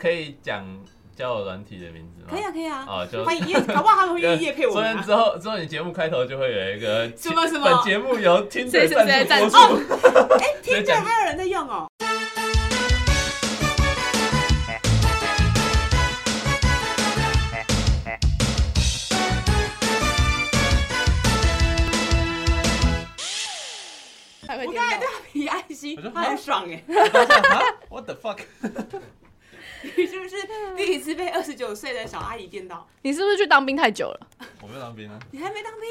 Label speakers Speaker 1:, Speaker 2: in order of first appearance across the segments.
Speaker 1: 可以讲交友软体的名字吗？
Speaker 2: 可以啊，可以啊，
Speaker 1: 哦，就
Speaker 2: 欢迎，因为搞不好他们会愿 意夜配我
Speaker 1: 所
Speaker 2: 们
Speaker 1: 以
Speaker 2: 啊。
Speaker 1: 之后之后你节目开头就会有一个
Speaker 2: 什么什么
Speaker 1: 本节目由听
Speaker 3: 谁
Speaker 1: 者
Speaker 3: 谁谁
Speaker 1: 赞助
Speaker 3: 赞
Speaker 1: 播出。
Speaker 2: 天对，哎还有人在用哦。
Speaker 3: 还会
Speaker 2: 我
Speaker 3: 听
Speaker 2: 刚才对
Speaker 3: 到。
Speaker 2: 他比爱心
Speaker 1: 我说，啊
Speaker 2: 他很爽哎。
Speaker 1: What the fuck？
Speaker 2: 你是 不是第一次被二十九岁的小阿姨电到？
Speaker 3: 你是不是去当兵太久了？
Speaker 1: 我没有当兵啊，
Speaker 2: 你还没当兵，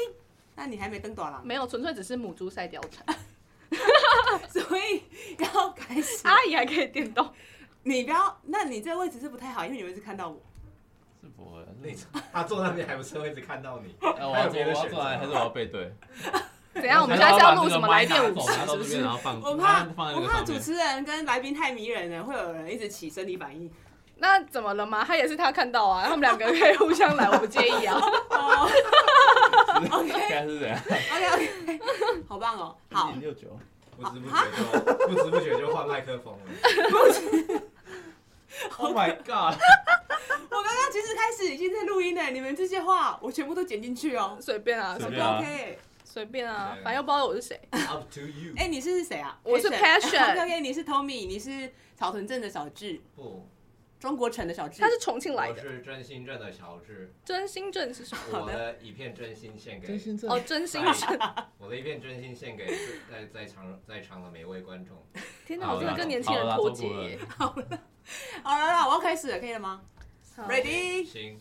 Speaker 2: 那你还没登短廊，
Speaker 3: 没有，纯粹只是母猪赛 貂蝉。
Speaker 2: 所以 要开始。
Speaker 1: 啊
Speaker 3: 阿姨还啊可以电动，
Speaker 2: 你不要，那你这位置是不太好，因为你们是看到我。
Speaker 1: 是不会啊。
Speaker 4: 你他坐那边还不是会一直看到你？
Speaker 1: 哎我要
Speaker 4: 还有别的
Speaker 1: 我要
Speaker 4: 选择
Speaker 1: 坐来还是我要背对？
Speaker 3: 怎样？我们现在是要录什么来电舞
Speaker 1: 我
Speaker 3: 池
Speaker 1: 拿？
Speaker 3: 是
Speaker 1: 到
Speaker 3: 不
Speaker 1: 这边，
Speaker 3: 是
Speaker 1: 然？后放，
Speaker 2: 我怕
Speaker 1: 放在那
Speaker 2: 我
Speaker 1: 个
Speaker 2: 怕
Speaker 1: 旁
Speaker 2: 主
Speaker 1: 边。
Speaker 2: 持人跟来宾太迷人了，会有人一直起生理 反应。
Speaker 3: 那怎么了吗？他也是他看到啊，他们两个可以互相来，我 不介意啊。
Speaker 2: 哦
Speaker 1: 应
Speaker 2: ，OK
Speaker 1: 该是这样。
Speaker 2: OK OK，好棒哦，好，
Speaker 1: 六九，
Speaker 4: 不知不
Speaker 2: 啊
Speaker 4: 觉就不知不觉就换麦克风了。
Speaker 1: Oh my god！
Speaker 2: 我刚刚其实开始已经在录音了，你们这些话我全部都剪进去哦。
Speaker 3: 随便啊，
Speaker 1: 随
Speaker 2: 很
Speaker 1: 便啊
Speaker 2: OK，
Speaker 3: 随便啊
Speaker 4: 对，
Speaker 3: 反正又不知道我是谁。
Speaker 4: Up to you。
Speaker 2: 哎，你是谁啊？
Speaker 3: 我是 Passion
Speaker 2: OK OK，你是 Tommy，你是草屯镇的小智，
Speaker 4: 不，
Speaker 2: 中国城的小智
Speaker 3: 他。是重庆来
Speaker 4: 我
Speaker 3: 的，
Speaker 4: 是真心镇的乔治，
Speaker 3: 真心镇是什么？
Speaker 4: 我的一片真心献给
Speaker 1: 心正
Speaker 3: 哦，真心镇。
Speaker 4: 我的一片真心献给在在场在场的每位观众。
Speaker 3: 天哪，我真的跟年轻人脱节耶。
Speaker 2: 好了啦，我要开始了，可以了吗
Speaker 3: 好
Speaker 2: 哎？Ready？
Speaker 4: 行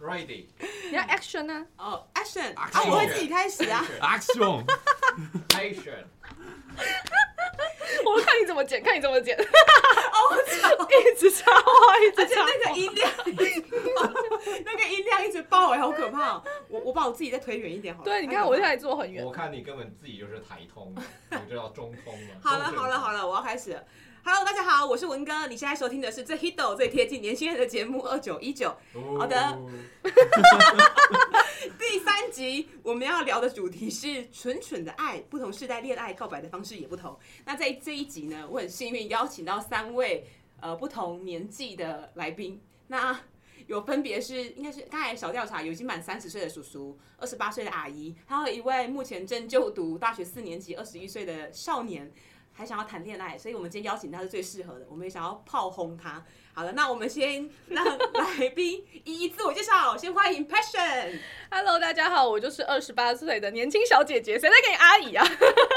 Speaker 4: ，Ready。
Speaker 3: 你要 action 啊！
Speaker 2: 哦，Action！啊，
Speaker 4: Action
Speaker 2: 我会自己开始 啊。
Speaker 1: Action！
Speaker 4: Action。
Speaker 3: 我看你怎么剪，看你怎么 剪。哦，我操！ 一直插话，一
Speaker 2: 而
Speaker 3: 直
Speaker 2: 且
Speaker 3: 插
Speaker 2: 那
Speaker 3: 话
Speaker 2: 个。音量， 那个音量一直爆哎、好可怕、哦！我我把我自己再推远一点好了。
Speaker 3: 对，你看我现在坐很远
Speaker 4: 我。看你根本自己就是台通，你就要中通了。
Speaker 2: 好了好了好了，我要开始了。Hello，大家好，我是文哥，你现在收听的是最 hit 最贴近年轻人的节目二九一九
Speaker 4: 了
Speaker 2: 好的。第三集，我们要聊的主题是蠢蠢的爱，不同世代恋爱告白的方式也不同。那在这一集呢，我很幸运邀请到三位呃不同年纪的来宾，那有分别是应该是刚才小调查有已经满三十岁的叔叔，二十八岁的阿姨，还有一位目前正就读大学四年级二十一岁的少年。还想要谈恋爱，所以我们今天邀请他是最适合的。我们也想要炮轰他。好了，那我们先让来宾一一自我介绍，先欢迎 Passion。
Speaker 3: Hello，大家好，我就是二十八岁的年轻小姐姐，谁在跟你阿姨啊？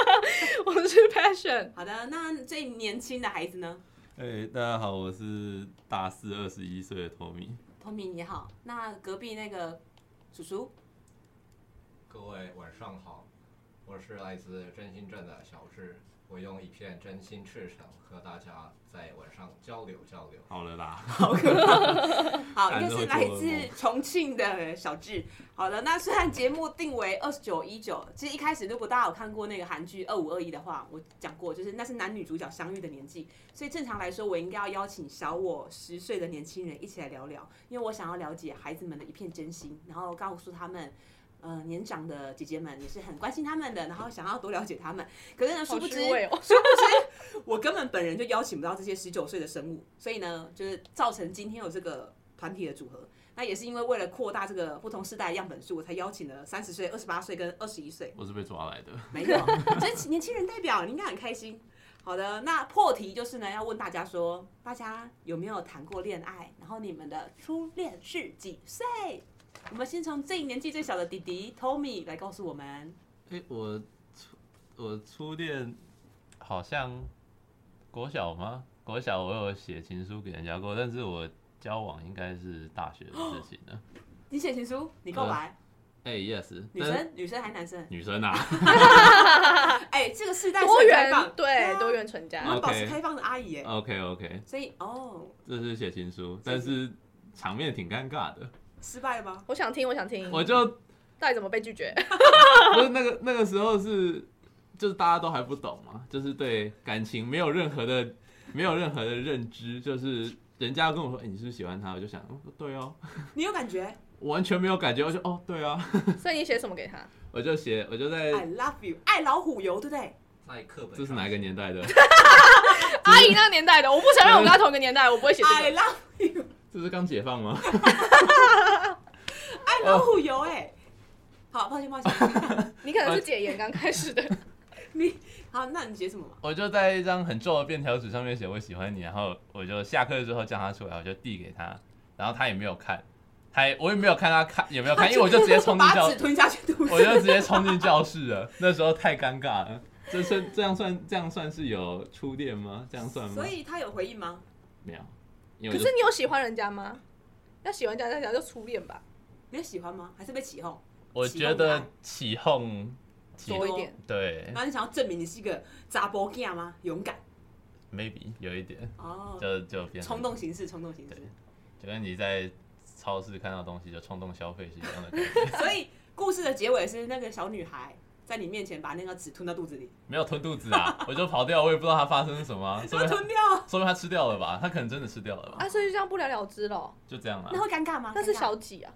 Speaker 3: 我是 Passion，
Speaker 2: 好的，那最年轻的孩子呢
Speaker 1: 哎，大家好，我是大四二十一岁的 Tommy。
Speaker 2: t o 你好。那隔壁那个叔叔，
Speaker 4: 各位晚上好，我是来自真心镇的小智，我用一片真心赤诚和大家在晚上交流交流。
Speaker 1: 好了啦，
Speaker 2: 好，
Speaker 1: 看着会
Speaker 2: 一个是
Speaker 1: 做
Speaker 2: 来
Speaker 1: 噩
Speaker 2: 自
Speaker 1: 梦
Speaker 2: 重庆的小智。好的，那虽然节目定为二十九一九，其实一开始如果大家有看过那个韩剧《二五二一》的话，我讲过，就是那是男女主角相遇的年纪，所以正常来说，我应该要邀请小我十岁的年轻人一起来聊聊，因为我想要了解孩子们的一片真心，然后告诉他们。呃，年长的姐姐们也是很关心他们的，然后想要多了解他们。可是呢，殊
Speaker 3: 好
Speaker 2: 不
Speaker 3: 虚
Speaker 2: 知，
Speaker 3: 伪哦。
Speaker 2: 我根本本人就邀请不到这些十九岁的生物，所以呢，就是造成今天有这个团体的组合。那也是因为为了扩大这个不同世代的样本数，我才邀请了三十岁、二十八岁跟二十一 岁。
Speaker 1: 我是被抓来的。
Speaker 2: 没有，这年轻人代表，你应该很开心。好的，那破题就是呢，要问大家说，大家有没有谈过恋爱？然后你们的初恋是几岁？我们先从最年纪最小的弟弟 Tommy 来告诉我们。
Speaker 1: 哎，我初我初恋好像国小吗？国小我有写情书给人家过，但是我交往应该是大学的事情了。
Speaker 2: 你写情书，你告白，
Speaker 1: 哎，yes，
Speaker 3: 嗯
Speaker 2: 女
Speaker 1: 但是
Speaker 2: 生，女生还男生？
Speaker 1: 女生啊，
Speaker 2: 哎、这个世代是
Speaker 3: 啊多
Speaker 2: 很开
Speaker 3: 元
Speaker 2: 放，
Speaker 3: 对
Speaker 2: 啊
Speaker 3: 多元成
Speaker 2: 我
Speaker 3: 家
Speaker 1: 嗯，
Speaker 2: 们保持
Speaker 1: OK 嗯
Speaker 2: 开放的阿姨哎、
Speaker 1: OK OK，
Speaker 2: 所以哦，
Speaker 1: 这是写情书，但是场面挺尴尬的。
Speaker 2: 失败 了吗？
Speaker 3: 我想听，我想听，
Speaker 1: 我就
Speaker 3: 到底怎么被拒绝？
Speaker 1: 不是那个那个时候是，就是大家都还不懂嘛，就是对感情没有任何的没有任何的认知，就是人家跟我说，哎、你是不是喜欢他？我就想，哦对哦，
Speaker 2: 你有感觉
Speaker 1: 我完全没有感觉，我就哦对啊，
Speaker 3: 所以你写什么给他？
Speaker 1: 我就写，我就在
Speaker 2: ？I love you，爱老虎油，对不对？
Speaker 4: 在课本
Speaker 1: 这是哪一个年代 的？
Speaker 3: 阿姨那个年代的，我不承认我跟她同一个年代，我不会写
Speaker 2: 爱
Speaker 3: 这个。
Speaker 2: 老虎，
Speaker 1: 这是刚解放吗？
Speaker 2: 爱老虎油哎。
Speaker 1: 哦
Speaker 2: 好，抱歉抱 歉。
Speaker 3: 你可能是解严刚开始的，
Speaker 2: 你好，那你写什么嘛？
Speaker 1: 我就在一张很皱的便条纸上面写我喜欢你，然后我就下课之后叫他出来，我就递给他，然后他也没有看，他也我也没有看他看也没有看，因为我就直接冲进
Speaker 2: 把
Speaker 1: 教
Speaker 2: 纸，吞下去吐
Speaker 1: 我 就直接冲进教室了。那时候太尴尬了，这算这样算这样算是有初恋吗？这样算吗
Speaker 2: 所？以他有回应吗？
Speaker 1: 没有，因
Speaker 3: 可
Speaker 1: 为我
Speaker 3: 是你有喜欢人家吗？要喜欢人家，那叫初恋吧，
Speaker 2: 你有喜欢吗？还是被起哄？
Speaker 1: 我
Speaker 2: 起
Speaker 1: 觉
Speaker 2: 哄
Speaker 1: 得
Speaker 2: 吧
Speaker 1: 起哄起
Speaker 3: 多一点。
Speaker 1: 对
Speaker 2: 然后你想要证明你是一个杂波 g 吗？勇敢
Speaker 1: ，maybe 有一点，
Speaker 2: 哦，
Speaker 1: 就就变成
Speaker 2: 冲动行事，冲动行事。
Speaker 1: 就跟你在超市看到东西就冲动消费是一样的感觉，
Speaker 2: 所以故事的结尾是那个小女孩在你面前把那个纸吞到肚子里，
Speaker 1: 没有吞肚子啊，我就跑掉，我也不知道它发生什么啊，
Speaker 2: 怎
Speaker 1: 说
Speaker 2: 么
Speaker 1: 明它
Speaker 2: 吞掉啊？
Speaker 1: 说明它吃掉了吧，它可能真的吃掉了吧，
Speaker 3: 啊，所以就这样不了了之咯。
Speaker 1: 就这样啦
Speaker 2: 那。会尴尬吗？
Speaker 3: 那是
Speaker 2: 尴尬
Speaker 3: 小几啊？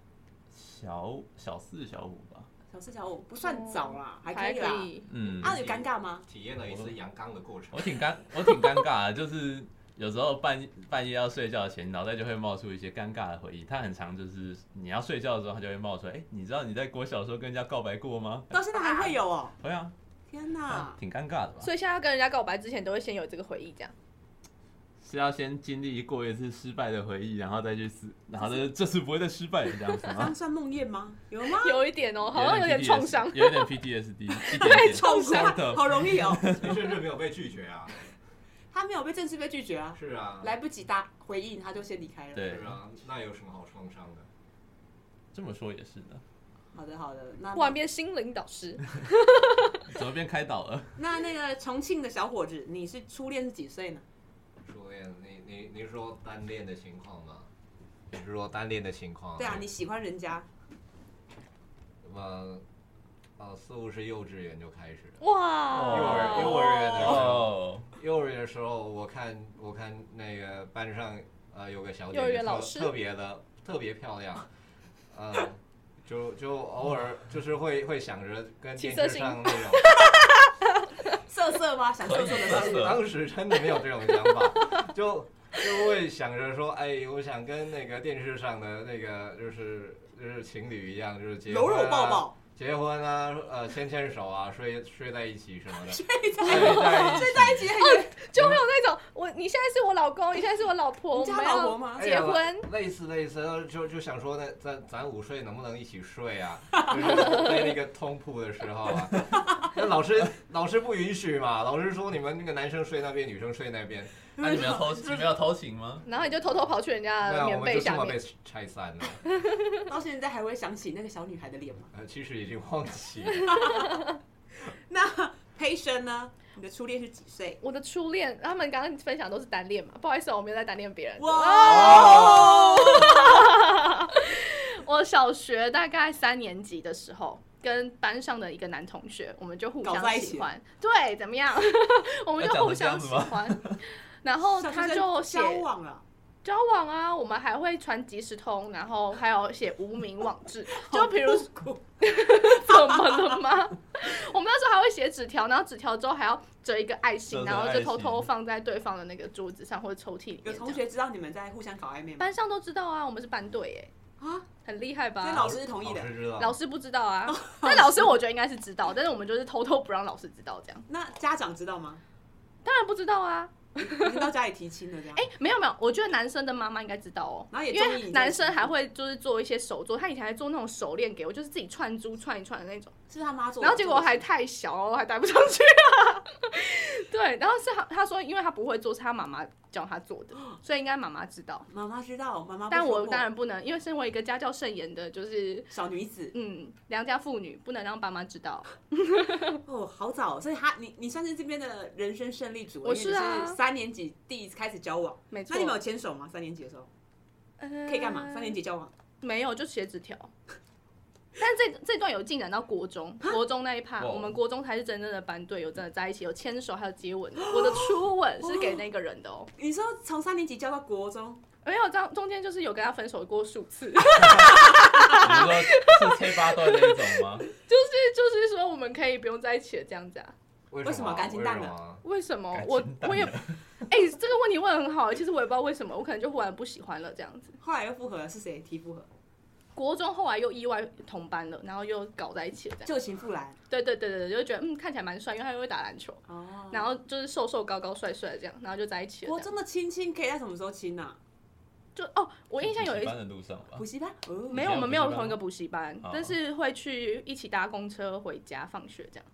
Speaker 1: 小小四小五吧，
Speaker 2: 小四小五，不算早啦，还可
Speaker 3: 哦还
Speaker 2: 以
Speaker 3: 可
Speaker 2: 啦。
Speaker 3: 以。
Speaker 1: 嗯，
Speaker 2: 啊，有尴尬吗？
Speaker 4: 体验了一
Speaker 2: 哦
Speaker 4: 次阳刚的过程
Speaker 1: 我。挺尴我挺尴尬的， 就是有时候半半夜要睡觉前，脑袋就会冒出一些尴尬的回忆，它很常就是你要睡觉的时候，它就会冒出来，哎、你知道你在国小的时候跟人家告白过吗？
Speaker 2: 到现在还会有哦！
Speaker 1: 会嗯啊，
Speaker 2: 天哪，
Speaker 1: 挺尴尬的吧？
Speaker 3: 所以现在要跟人家告白之前，都会先有这个回忆，这样。
Speaker 1: 是要先经历过一次失败的回忆，然后再去思，然后这这次不会再失败了这样子
Speaker 2: 这样
Speaker 1: 吗？
Speaker 2: 算梦魇吗？有吗？
Speaker 3: 有一点 哦，好像有点创伤。
Speaker 1: 有一点 PTSD，一 点点
Speaker 2: 痛苦
Speaker 1: Sort of
Speaker 2: 好容易 哦。
Speaker 4: 你甚至没有被拒绝啊！
Speaker 2: 他没有被正式被拒绝啊，
Speaker 4: 是啊，
Speaker 2: 来不及答回应，他就先离开了。
Speaker 1: 对
Speaker 4: 是啊，那有什么好创伤的？
Speaker 1: 这么说也是的，
Speaker 2: 好的好的，那
Speaker 3: 忽然变心灵导师，
Speaker 1: 怎么变开导了？
Speaker 2: 那那个重庆的小伙子，你是初恋是几岁呢？
Speaker 4: 初恋，你你你是说单恋的情况吗？你是说单恋的情
Speaker 1: 哦
Speaker 4: 况？
Speaker 2: 对啊，你喜欢人家，
Speaker 4: 什么？呃，似乎是幼稚园就开始了。
Speaker 3: 哇！
Speaker 4: 幼儿幼儿园的时候，
Speaker 1: 哦，
Speaker 4: 幼儿园的时候，我看我看那个班上呃有个小姐
Speaker 3: 幼儿
Speaker 4: 姐
Speaker 3: 园
Speaker 4: 特
Speaker 3: 老师
Speaker 4: 特别的特别漂亮，呃，就就偶尔就是会会想着跟
Speaker 3: 起
Speaker 4: 电
Speaker 3: 色
Speaker 4: 视
Speaker 3: 心
Speaker 4: 上那种。
Speaker 2: 色 色吗？想色色的
Speaker 1: 可以
Speaker 2: 色
Speaker 1: 色
Speaker 2: 色。
Speaker 1: 色
Speaker 4: 当时真的没有这种想法，就就会想着说，哎，我想跟那个电视上的那个就是就是情侣一样，就是结婚、啊、
Speaker 2: 揉揉抱抱，
Speaker 4: 结婚啊，呃，牵牵手啊，睡睡在一起什么 的，睡
Speaker 2: 在
Speaker 4: 在一起，
Speaker 2: 在一起很有
Speaker 3: 就会有那种我，你现在是我老公，你现在是我老婆，我
Speaker 2: 人
Speaker 3: 们
Speaker 2: 家老婆
Speaker 3: 要
Speaker 2: 吗
Speaker 4: 哎？
Speaker 3: 结
Speaker 4: 呀
Speaker 3: 婚，
Speaker 4: 类似类似，就就想说那咱咱午睡能不能一起睡啊？ 就是在那个通铺的时候啊， 那老师老师不允许嘛，老师说你们那个男生睡那边，女生睡那边，
Speaker 1: 啊那你们有偷你们有偷情吗？
Speaker 3: 然后你就偷偷跑去人家
Speaker 4: 那
Speaker 3: 的
Speaker 4: 我
Speaker 3: 棉
Speaker 4: 们
Speaker 3: 被
Speaker 4: 就这
Speaker 3: 呃下
Speaker 4: 么
Speaker 3: 面
Speaker 4: 被。拆散了。
Speaker 2: 到现在还会想起那个小女孩的脸吗？
Speaker 4: 呃，其实已经忘记了，
Speaker 2: 那佩轩呢？你的初恋是几岁？
Speaker 3: 我的初恋，他们刚刚分享都是单恋嘛，不好意思哦，我没有在单恋别人。哦
Speaker 2: 哇！
Speaker 3: 我小学大概三年级的时候，跟班上的一个男同学，我们就互
Speaker 2: 搞
Speaker 3: 相
Speaker 2: 在一起
Speaker 3: 喜欢。对，怎么样？ 我们
Speaker 1: 要
Speaker 3: 就
Speaker 1: 讲
Speaker 3: 互
Speaker 1: 成这样
Speaker 3: 相喜
Speaker 1: 子吗
Speaker 3: 欢。 然后
Speaker 2: 小
Speaker 3: 他
Speaker 2: 学生
Speaker 3: 就写
Speaker 2: 交往了，
Speaker 3: 交往啊，我们还会传即时通，然后还有写无名网志，
Speaker 2: 哦
Speaker 3: 就比如
Speaker 2: 哭哭
Speaker 3: 怎么了吗？ 我们那时候还会写纸条，然后纸条之后还要折一个爱心，
Speaker 1: 折成
Speaker 3: 然后就偷
Speaker 1: 爱
Speaker 3: 偷
Speaker 1: 心
Speaker 3: 放在对方的那个桌子上或者抽屉里
Speaker 2: 有
Speaker 3: 面。
Speaker 2: 同学知道你们在互相搞暧昧吗？
Speaker 3: 班上都知道啊，我们是班队耶，
Speaker 2: 啊，
Speaker 3: 很厉害
Speaker 2: 所以
Speaker 3: 吧？
Speaker 2: 老师是同意
Speaker 4: 老
Speaker 2: 的。
Speaker 4: 师知道，
Speaker 3: 老师不知道啊，但老师我觉得应该是知道，但是我们就是偷偷不让老师知道这样。
Speaker 2: 那家长知道吗？
Speaker 3: 当然不知道啊，
Speaker 2: 已经到家里提亲了这样。
Speaker 3: 哎、没有没有，我觉得男生的妈妈应该知道哦，
Speaker 2: 然后也
Speaker 3: 因
Speaker 2: 中意
Speaker 3: 为
Speaker 2: 你
Speaker 3: 男生还会就是做一些手作，他以前还做那种手链给我，就是自己串珠串一串的那种。
Speaker 2: 是他妈做的，
Speaker 3: 然后结果我还太小，我还戴不上去啊。 对，然后是他他说，因为他不会做，是他妈妈教他做的，所以应该妈妈知道。
Speaker 2: 妈妈知道，妈妈不
Speaker 3: 但
Speaker 2: 说
Speaker 3: 我
Speaker 2: 过
Speaker 3: 当然不能，因为身为一个家教甚严的，就是
Speaker 2: 小女子
Speaker 3: 嗯良家妇女，不能让爸妈知道。
Speaker 2: 哦，好早哦，所以他你你算是这边的人生胜利组了，
Speaker 3: 我
Speaker 2: 因为你
Speaker 3: 是啊
Speaker 2: 是三年级第一次开始交往，
Speaker 3: 没错嗯
Speaker 2: 那你，们有牵手吗？三年级的时候可
Speaker 3: 可
Speaker 2: 以干嘛？三年级交往，
Speaker 3: 呃没有，就写纸条。但这这段有进展到国中，国中那一趴，
Speaker 1: 哇
Speaker 3: 我们国中才是真正的班队，有真的在一起，有牵手，还有接吻的。我的初吻是给那个 人的哦，
Speaker 2: 你说从三年级交到国中，
Speaker 3: 没有，这样中间就是有跟他分手过数次。
Speaker 1: 你们说是切八段那一种吗？
Speaker 3: 就是就是说我们可以不用在一起了这样子啊，
Speaker 4: 为
Speaker 2: 为什么感情淡了
Speaker 4: 了？
Speaker 3: 为什么
Speaker 1: 感情
Speaker 3: 我
Speaker 1: 淡
Speaker 3: 我也
Speaker 1: 了
Speaker 3: 哎、这个问题问得很好，其实我也不知道为什么，我可能就忽然不喜欢了这样子。
Speaker 2: 后来又复合了，是谁提复合？
Speaker 3: 国中后来又意外同班了，然后又搞在一起了这样。
Speaker 2: 旧情复燃。
Speaker 3: 对对对对对，就觉得嗯看起来蛮帅，因为他又会打篮球，
Speaker 2: 哦
Speaker 3: 然后就是瘦瘦高高帅帅的这样，然后就在一起了
Speaker 2: 国
Speaker 3: 这
Speaker 2: 中
Speaker 3: 样。
Speaker 2: 的亲亲可以在什么时候亲呢、
Speaker 3: 就哦， 我印象有
Speaker 1: 补习
Speaker 3: 一
Speaker 1: 班的路上吧
Speaker 2: 补，习班？哦，
Speaker 3: 没有，我们没有同一个补习班
Speaker 1: 哦，
Speaker 3: 但是会去一起搭公车回家放学这样。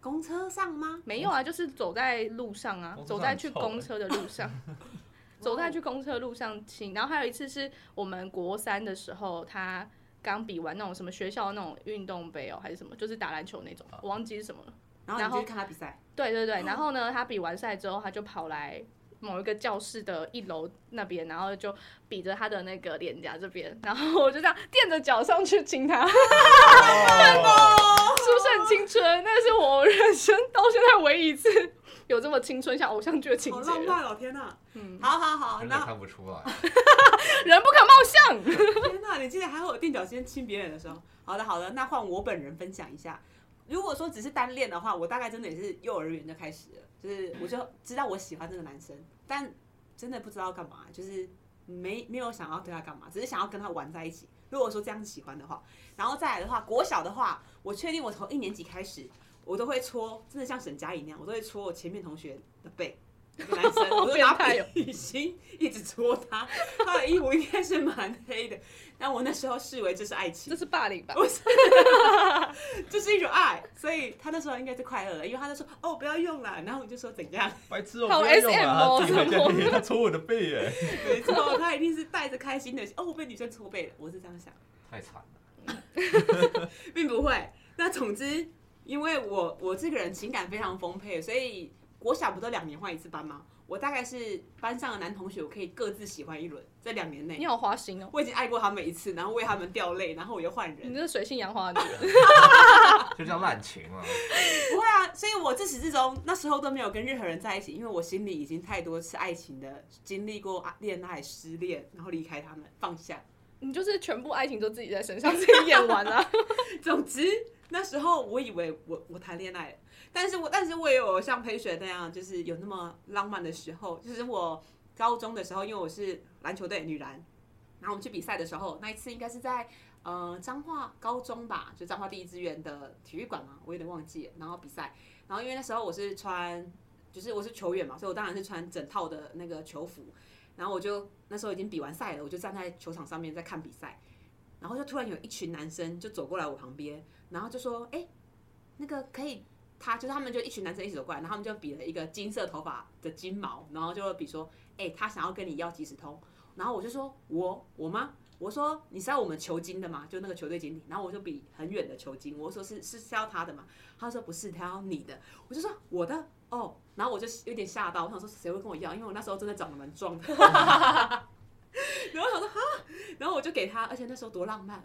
Speaker 2: 公车上吗？
Speaker 3: 没有啊，就是走在路上啊
Speaker 1: 哦公，车
Speaker 3: 走
Speaker 1: 上
Speaker 3: 在
Speaker 1: 很
Speaker 3: 去
Speaker 1: 臭
Speaker 3: 公
Speaker 1: 欸
Speaker 3: 车的路上， 走在去公车路上亲。然后还有一次是我们国三的时候，他刚比完那种什么学校的那种运动杯哦，还是什么，就是打篮球那种，
Speaker 1: 啊
Speaker 3: 我忘记是什么了。
Speaker 2: 然后你就去看他比赛，
Speaker 3: 对对
Speaker 2: 哦
Speaker 3: 对，然后呢，他比完赛之后，他就跑来某一个教室的一楼那边，然后就比着他的那个脸颊这边，然后我就这样垫着脚上去 亲他，是不是很青春？那是我人生到现在唯一一次有这么青春像偶像剧的情
Speaker 2: 好
Speaker 3: 节
Speaker 2: 浪
Speaker 3: 了。
Speaker 2: 漫哦！天哪，
Speaker 3: 嗯，
Speaker 2: 好好好，
Speaker 4: 真的
Speaker 2: 哦那
Speaker 4: 看不 出来。
Speaker 3: 人不可貌相。
Speaker 2: 天哪，你记得还有垫脚尖亲别人的时候。好的好的，那换我本人分享一下。如果说只是单恋的话，我大概真的也是幼儿园就开始了，就是我就知道我喜欢这个男生，但真的不知道干嘛，就是没没有想要对他干嘛，只是想要跟他玩在一起。如果说这样喜欢的话，然后再来的话，国小的话，我确定我从一年级开始，我都会戳，真的像沈佳宜那样，我都会戳我前面同学的背。一个男生，我都拿
Speaker 3: 变态哦
Speaker 2: 笔芯 一直戳他，他的衣服应该是蛮黑的，但我那时候视为这是爱情
Speaker 3: 这。是霸凌吧？
Speaker 2: 不是，这是一种爱，所以他那时候应该是快乐的，因为他就说哦不要用了，然后我就说怎样，
Speaker 1: 白痴哦，
Speaker 3: 好
Speaker 1: 不要用
Speaker 3: SM
Speaker 1: 啊
Speaker 3: 哦
Speaker 1: 他自己在
Speaker 3: 什么
Speaker 1: 家里他戳我的背耶，
Speaker 2: 没错，哦他一定是带着开心的哦我被女生搓背了，我是这样想，
Speaker 4: 太惨了，
Speaker 2: 并不会。那总之，因为我我这个人情感非常丰沛，所以国小不都两年换一次班吗？我大概是班上的男同学，我可以各自喜欢一轮，在两年内
Speaker 3: 你。好花心哦，
Speaker 2: 我已经爱过他们一次，然后为他们掉泪，然后我又换人
Speaker 3: 你，这是水性杨花的女人。
Speaker 4: 就叫滥情 啊！
Speaker 2: 不会啊，所以我自始至终那时候都没有跟任何人在一起，因为我心里已经太多次爱情的经历过啊恋爱、失恋，然后离开他们，放下。
Speaker 3: 你就是全部爱情都自己在身上自己演完了、啊
Speaker 2: 总之那时候我以为我我谈恋爱了，但是我但是我也有像裴雪那样，就是有那么浪漫的时候。就是我高中的时候，因为我是篮球队女篮，然后我们去比赛的时候，那一次应该是在呃彰化高中吧，就彰化第一志愿的体育馆嘛，我有点忘记了。然后比赛，然后因为那时候我是穿，就是我是球员嘛，所以我当然是穿整套的那个球服。然后我就那时候已经比完赛了，我就站在球场上面在看比赛，然后就突然有一群男生就走过来我旁边，然后就说：“哎、那个可以。”他就是他们就一群男生一起走过来，然后他们就比了一个金色头发的金毛，然后就比说：“哎、他想要跟你要即时通。”然后我就说：“我我吗？”我说：“你是要我们球经的吗？就那个球队经理。”然后我就比很远的球经，我说是：“是是要他的吗？”他说：“不是，他要你的。”我就说：“我的哦。”然后我就有点吓到，我想说谁会跟我要？因为我那时候真的长得蛮壮的。然后我想说哈，然后我就给他，而且那时候多浪漫，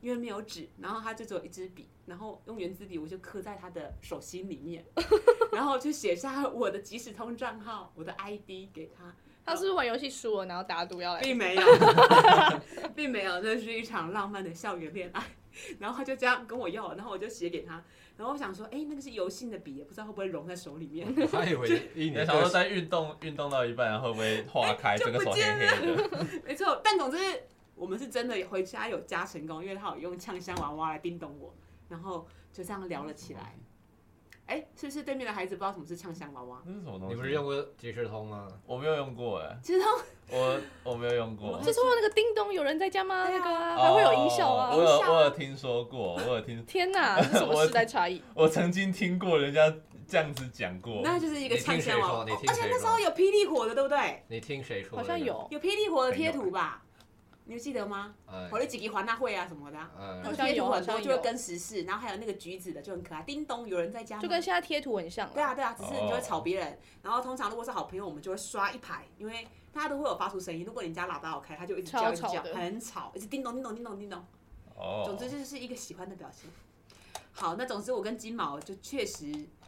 Speaker 2: 因为没有纸，然后他就只有一支笔，然后用圆珠笔我就刻在他的手心里面， 然后就写下我的即时通账号、我的 ID 给他，
Speaker 3: 他是不是玩游戏输了，然后打赌要来？
Speaker 2: 并没有， 并没有，那是一场浪漫的校园恋爱。然后他就这样跟我要，然后我就写给他，然后我想说，哎，那个是油性的笔，不知道会不会融在手里面，
Speaker 4: 我还以为一
Speaker 1: 你还
Speaker 4: 年
Speaker 1: 想说
Speaker 4: 就
Speaker 1: 在运动运动到一半，然后会不会化
Speaker 3: 哎
Speaker 1: 开，
Speaker 2: 就
Speaker 1: 整
Speaker 2: 不
Speaker 1: 个手黑
Speaker 2: 见
Speaker 1: 黑的？
Speaker 2: 没错。但总之，我们是真的回家有加成功，因为他有用呛香娃娃来叮咚我，然后就这样聊了起来。哎，是不是对面的孩子不知道什么是呛香娃娃？
Speaker 1: 那是什么东西？
Speaker 4: 你不是用？过即时通吗？
Speaker 1: 我没有用过哎，
Speaker 2: 其实他
Speaker 1: 我我没有用
Speaker 2: 我
Speaker 1: 过
Speaker 2: 还。
Speaker 3: 就是会有那个叮咚，有人在家吗？
Speaker 2: 嗯对
Speaker 3: 那
Speaker 2: 啊
Speaker 3: 个啊
Speaker 1: 哦
Speaker 3: 还会有音效啊
Speaker 1: 我。有
Speaker 2: 音效啊
Speaker 1: 我有听说过，我有听，
Speaker 3: 天 哪，这是什么时代差异？
Speaker 1: 我曾经听过人家这样子讲过。
Speaker 2: 那就是一个呛香娃娃，哦
Speaker 4: 你听谁说你听哦
Speaker 2: 而且
Speaker 4: 谁
Speaker 2: 那时
Speaker 4: 说
Speaker 2: 候有霹雳火的，对不对？
Speaker 4: 你听谁说
Speaker 3: 好
Speaker 4: 的？
Speaker 3: 像有，
Speaker 2: 有霹雳火的贴图吧？你们记得吗？
Speaker 4: 哎。
Speaker 2: 我的几个环大会啊什么的啊、
Speaker 4: 呃
Speaker 2: 然后
Speaker 3: 像
Speaker 2: 贴
Speaker 3: 有
Speaker 2: 图
Speaker 3: 好
Speaker 2: 很多
Speaker 3: 像
Speaker 2: 就会
Speaker 3: 有
Speaker 2: 跟时事，然后还有那个橘子的就很可爱。叮咚，有人在家吗？
Speaker 3: 就跟现在贴图很像啊。
Speaker 2: 对啊对啊，只是你就会吵别人。然后通常如果是好朋友，我们就会刷一排，因为大家都会有发出声音。如果你家喇叭有开，他就一直
Speaker 3: 超
Speaker 2: 叫一直
Speaker 3: 吵
Speaker 2: 叫，
Speaker 3: 的
Speaker 2: 很吵，一直叮咚叮咚叮咚叮咚。
Speaker 1: 哦，
Speaker 2: 总之就是一个喜欢的表现。好，那总之我跟金毛就确实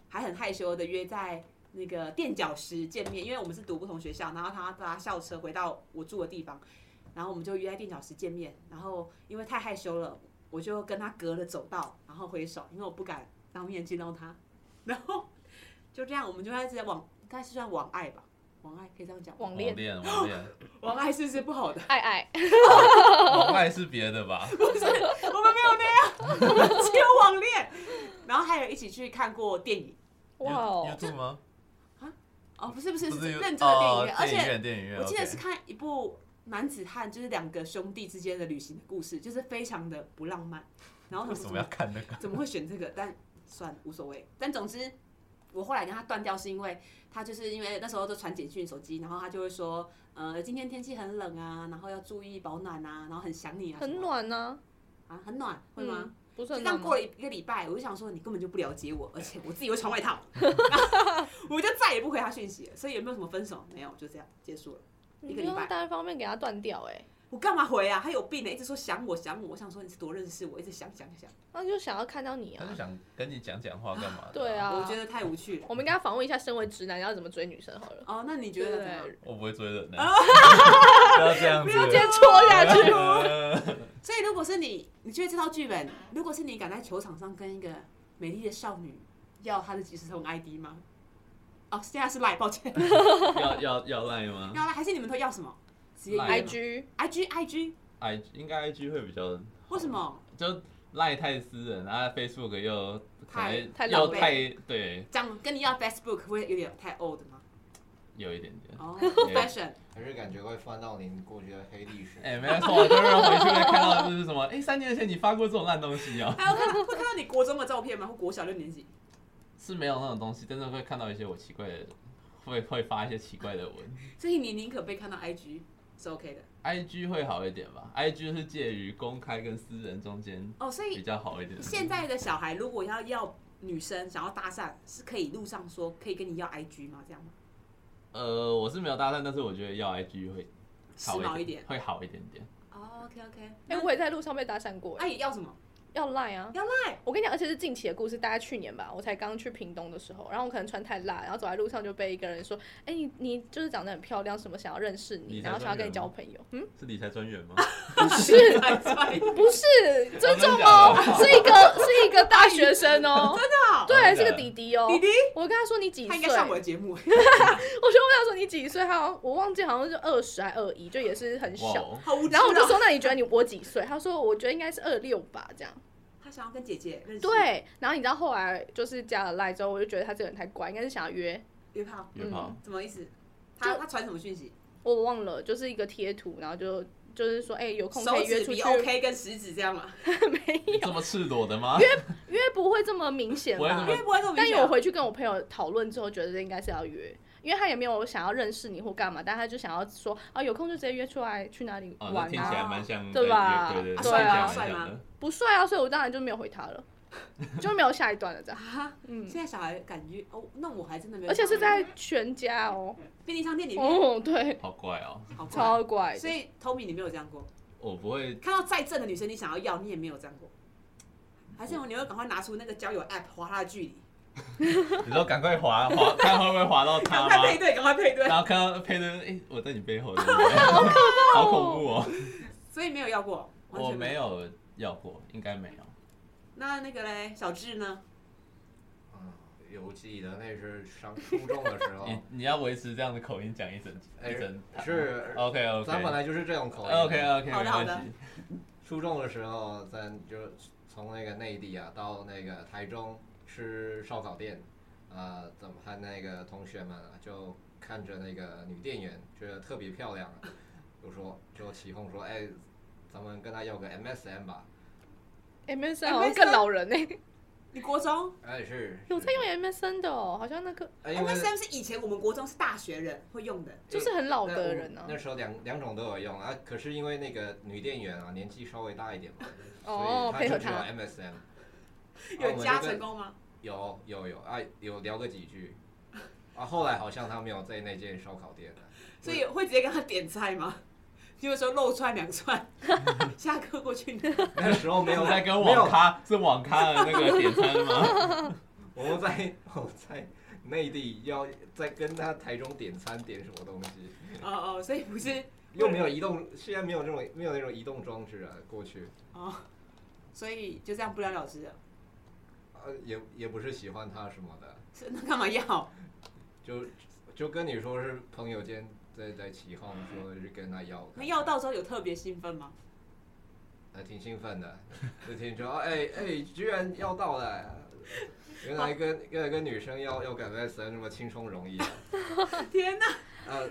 Speaker 2: 还很害羞的约在那个垫脚石见面，因为我们是读不同学校，然后他搭校车回到我住的地方，然后我们就约在垫脚石见面。然后因为太害羞了，我就跟他隔了走道，然后挥手，因为我不敢当面见到他。然后就这样，我们就开始往，该是算网爱吧，网爱可以这样讲吗，
Speaker 3: 网
Speaker 1: 网
Speaker 3: 恋
Speaker 1: 恋，网恋，
Speaker 2: 网爱是不是不好的？
Speaker 3: 爱 爱，
Speaker 1: 网爱是别的吧？
Speaker 2: 我们没有那样，我们只有网恋。然后还有一起去看过电影，
Speaker 3: 哇哦，
Speaker 1: ，YouTube 吗？
Speaker 2: 哦，不是不是，
Speaker 1: 不
Speaker 2: 是
Speaker 1: 是 You-
Speaker 2: 认真的电影院，
Speaker 1: 哦
Speaker 2: 而
Speaker 1: 电影
Speaker 2: 且
Speaker 1: 院，电影院，
Speaker 2: 我记得是
Speaker 1: OK
Speaker 2: 看一部男子汉，就是两个兄弟之间的旅行的故事，就是非常的不浪漫。然后
Speaker 1: 为
Speaker 2: 我
Speaker 1: 什
Speaker 2: 想
Speaker 1: 么
Speaker 2: 说
Speaker 1: 要看那个？
Speaker 2: 怎么会选这个？但算了无所谓。但总之，我后来跟他断掉，是因为他就是因为那时候就传简讯手机，然后他就会说，呃，今天天气很冷啊，然后要注意保暖啊，然后很想你啊，什
Speaker 3: 很
Speaker 2: 么
Speaker 3: 暖呢，
Speaker 2: 啊，很暖，会吗？
Speaker 3: 嗯？不是
Speaker 2: 就
Speaker 3: 很
Speaker 2: 这
Speaker 3: 暖
Speaker 2: 样
Speaker 3: 吗
Speaker 2: 过了一个礼拜，我就想说你根本就不了解我，而且我自己又穿外套， 我就再也不回他讯息了。所以有没有什么分手？没有，就这样结束了。一
Speaker 3: 你
Speaker 2: 个
Speaker 3: 不
Speaker 2: 礼
Speaker 3: 用
Speaker 2: 拜
Speaker 3: 单方面给他断掉哎，
Speaker 2: 我干嘛回啊？他有病呢、一直说想我想我。我想说你是多认识我，一直想想想。
Speaker 3: 他就想要看到你
Speaker 1: 他
Speaker 3: 啊
Speaker 1: 就。想跟你讲讲话干嘛？
Speaker 3: 对，啊，
Speaker 2: 我觉得太无趣了。
Speaker 3: 我们应该访问一下身为直男要怎么追女生好了。
Speaker 2: 哦，那你觉
Speaker 3: 对
Speaker 2: 得
Speaker 3: 不
Speaker 2: 怎么样？
Speaker 3: 对？
Speaker 1: 我不会追人的， 不要这样子，呃
Speaker 3: 不 要直接戳 下去。
Speaker 2: 啊
Speaker 1: 去。
Speaker 2: 所以如果是你，你觉得这套剧本，如果是你敢在球场上跟一个美丽的少女要她的即时通 ID 吗？哦，现在是赖，抱歉，
Speaker 5: 要要要赖吗
Speaker 2: 要赖还是你们都要什么？直接
Speaker 5: Line
Speaker 2: 约
Speaker 3: IG
Speaker 2: IG IG，
Speaker 5: ？I 应该 IG 会比较
Speaker 2: 为什么？
Speaker 5: 就赖太私人，
Speaker 1: 啊
Speaker 5: 然后 Facebook 又可
Speaker 2: 太
Speaker 5: 能
Speaker 3: 太
Speaker 5: 又
Speaker 3: 浪费
Speaker 5: 太对，
Speaker 2: 讲跟你要 Facebook 会有点太 old 吗？
Speaker 5: 有一点点。
Speaker 2: 哦
Speaker 5: 对
Speaker 2: ，fashion，
Speaker 4: 还是感觉会翻到您过去的黑历史。
Speaker 5: 哎、没错，就是回去会看到就是什么，哎、三年前你发过这种烂东西哦、
Speaker 2: 还有看到会看到你国中的照片吗？或国小六年级？
Speaker 5: 是没有那种东西，但是会看到一些我奇怪的，会会发一些奇怪的文。
Speaker 2: 所以你宁可被看到 IG 是 OK 的
Speaker 5: I G 会好一点吧，I G 是介于公开跟私人中间
Speaker 2: 哦。所
Speaker 5: 比
Speaker 2: 以
Speaker 5: 较好一点。
Speaker 2: 现在的小孩如果要要女生想要搭讪，是可以路上说可以跟你要 IG 吗？这样吗？
Speaker 5: 呃，我是没有搭讪，但是我觉得要 I G 会
Speaker 2: 时
Speaker 5: 好
Speaker 2: 髦一
Speaker 5: 一
Speaker 2: 点。
Speaker 5: 会好一点点。
Speaker 2: 哦，OK OK，
Speaker 3: 哎，我也在路上被搭讪过哎，
Speaker 2: 阿姨要什么？
Speaker 3: 要赖啊。
Speaker 2: 要 赖
Speaker 3: 我跟你讲，而且是近期的故事，大概去年吧，我才刚去屏东的时候，然后我可能穿太辣，然后走在路上就被一个人说，哎、你你就是长得很漂亮，什么想要认识你，
Speaker 5: 你才
Speaker 3: 然后想要跟你
Speaker 5: 专
Speaker 3: 交
Speaker 5: 员
Speaker 3: 朋友，嗯，
Speaker 5: 是理财专员吗？
Speaker 3: 不是
Speaker 2: 来拽，
Speaker 3: 不是尊重
Speaker 1: 哦，
Speaker 3: 哦
Speaker 1: 真的假的
Speaker 3: 是一个是一个大学生 哦，真
Speaker 2: 的哦
Speaker 3: 对，
Speaker 1: 真的
Speaker 3: 是个弟弟哦，
Speaker 2: 弟弟，
Speaker 3: 我跟他说你几
Speaker 2: 他
Speaker 3: 岁，
Speaker 2: 应该
Speaker 3: 我就
Speaker 2: 上
Speaker 3: 问
Speaker 2: 我的节 目，
Speaker 3: 他说你几岁，他好像我忘记好像是二十还二一，就也是很
Speaker 5: 哇
Speaker 3: 小，
Speaker 5: 哦，
Speaker 2: 好无知
Speaker 3: 然后我就
Speaker 2: 哦。
Speaker 3: 说那你觉得你我几岁，他说我觉得应该是二六吧，这样。
Speaker 2: 他想要跟姐姐认识，，
Speaker 3: 对，然后你知道后来就是加了赖之后，我就觉得他这个人太乖，应该是想要约，
Speaker 2: 约炮
Speaker 5: 约炮。
Speaker 2: 什么意思？他
Speaker 3: 就
Speaker 2: 他传什么讯息？
Speaker 3: 我忘了，就是一个贴图，然后就就是说，哎、有空可
Speaker 2: 手
Speaker 3: 以约
Speaker 2: 指
Speaker 3: 出
Speaker 2: 比
Speaker 3: 去，
Speaker 2: OK 跟食指这样吗？
Speaker 3: 没
Speaker 2: 嗯
Speaker 5: 这么赤裸的吗？
Speaker 3: 约不会这么明显
Speaker 5: 不会
Speaker 3: 吧
Speaker 5: 那
Speaker 2: 因？为不会这么明
Speaker 3: 但
Speaker 2: 显啊
Speaker 3: 有我回去跟我朋友讨论之后，觉得应该是要约，因为他也没有想要认识你或干嘛，但他就想要说，啊，有空就直接约出来去哪里
Speaker 5: 哦，那
Speaker 3: 玩
Speaker 5: 听起
Speaker 3: 啊，
Speaker 5: 来蛮像
Speaker 3: 对吧
Speaker 5: 对对
Speaker 2: 啊
Speaker 5: 对，
Speaker 3: 帅
Speaker 5: 听起来
Speaker 3: 吗
Speaker 5: 蛮像
Speaker 2: 帅
Speaker 5: 的
Speaker 2: 吗
Speaker 3: 不帅啊，所以我当然就没有回他了，就没有下一段了这样，
Speaker 2: 啊，
Speaker 3: 嗯，
Speaker 2: 现在小孩敢约哦，那我还真的没有，
Speaker 3: 而且是在全家哦，
Speaker 2: 便利商店里面，
Speaker 3: 哦，对，
Speaker 5: 好怪哦。
Speaker 2: 好怪
Speaker 3: 超怪的，
Speaker 2: 所以 Tommy 你没有这样过，
Speaker 5: 我不会，
Speaker 2: 看到再正的女生你想要要，你也没有这样过，还是你会赶快拿出那个交友 app 划她的距离，
Speaker 1: 你说赶快滑
Speaker 5: 滑滑看会不会滑到他
Speaker 2: 赶快
Speaker 5: 吗？
Speaker 2: 配对，赶快配对，
Speaker 5: 然后看到配对，哎、我在你背后，对不 对好可怕、好恐怖哦！
Speaker 2: 所以没有要过，完
Speaker 5: 我
Speaker 2: 全
Speaker 5: 没。有要过，应该没有。
Speaker 2: 那那个嘞，小智呢？
Speaker 4: 嗯，有记得那是上初中的时
Speaker 1: 哦
Speaker 4: 候，
Speaker 5: 你你要维持这样的口音讲一整
Speaker 4: 哎
Speaker 5: 一整
Speaker 4: 是，
Speaker 5: OK 哦 OK，哦
Speaker 4: 咱本来就是这种口音。
Speaker 5: OK OK
Speaker 2: 好
Speaker 5: 没
Speaker 2: 的好
Speaker 5: 关
Speaker 2: 的
Speaker 5: 系。
Speaker 4: 初中的时候，咱就从那个内地啊到那个台中吃烧烤店，啊、怎么和那个同学们啊，就看着那个女店员，觉得特别漂亮，啊就说就起哄说，哎，咱们跟她要个 MSN 吧。
Speaker 3: MSN 好像更哦老人呢、
Speaker 2: 你国中
Speaker 4: 哎是，
Speaker 3: 有
Speaker 4: 是
Speaker 3: 在用 MSN 的哦，好像那个
Speaker 4: 哎，因为哦
Speaker 2: MSN 是以前我们国中是大学人会用的，
Speaker 3: 就是很老
Speaker 4: 那
Speaker 3: 的
Speaker 4: 我
Speaker 3: 人呢、啊
Speaker 4: 那时候两两种都有用啊，可是因为那个女店员啊年纪稍微大一点嘛，
Speaker 3: 哦
Speaker 4: 所
Speaker 3: 配
Speaker 4: 以
Speaker 3: 合
Speaker 4: 她就只有
Speaker 3: 她
Speaker 4: MSN，啊
Speaker 2: 有加
Speaker 4: 我们就
Speaker 2: 成
Speaker 4: 跟
Speaker 2: 功吗？
Speaker 4: 有有有啊，有聊个几句。啊，后来好像他没有在那间烧烤店了。
Speaker 2: 所以会直接跟他点菜吗？ 就是说肉串两串， 下课过去拿
Speaker 4: 那时候没
Speaker 5: 没
Speaker 4: 有
Speaker 5: 有 在跟
Speaker 4: 没
Speaker 5: 网
Speaker 4: 有，
Speaker 5: 咖是网咖的那个点餐 吗？
Speaker 4: 我们在我在内地要在跟他台中点餐点什么东西，
Speaker 2: 哦哦，所以不是
Speaker 4: 又没有移动，现在没有这种没有那种移动装置啊，过去。
Speaker 2: 哦，所以就这样不了了之了。
Speaker 4: 啊，呃也也不是喜欢他什么的，
Speaker 2: 是那干嘛要？
Speaker 4: 就就跟你说是朋友间在在起哄，说是跟他要的，
Speaker 2: 那要到时候有特别兴奋吗？
Speaker 4: 还挺兴奋的，就听说哎哎，居然要到了、原来跟原来跟女生要要感觉神那么轻松容易啊，
Speaker 2: 天哪！
Speaker 4: 呃，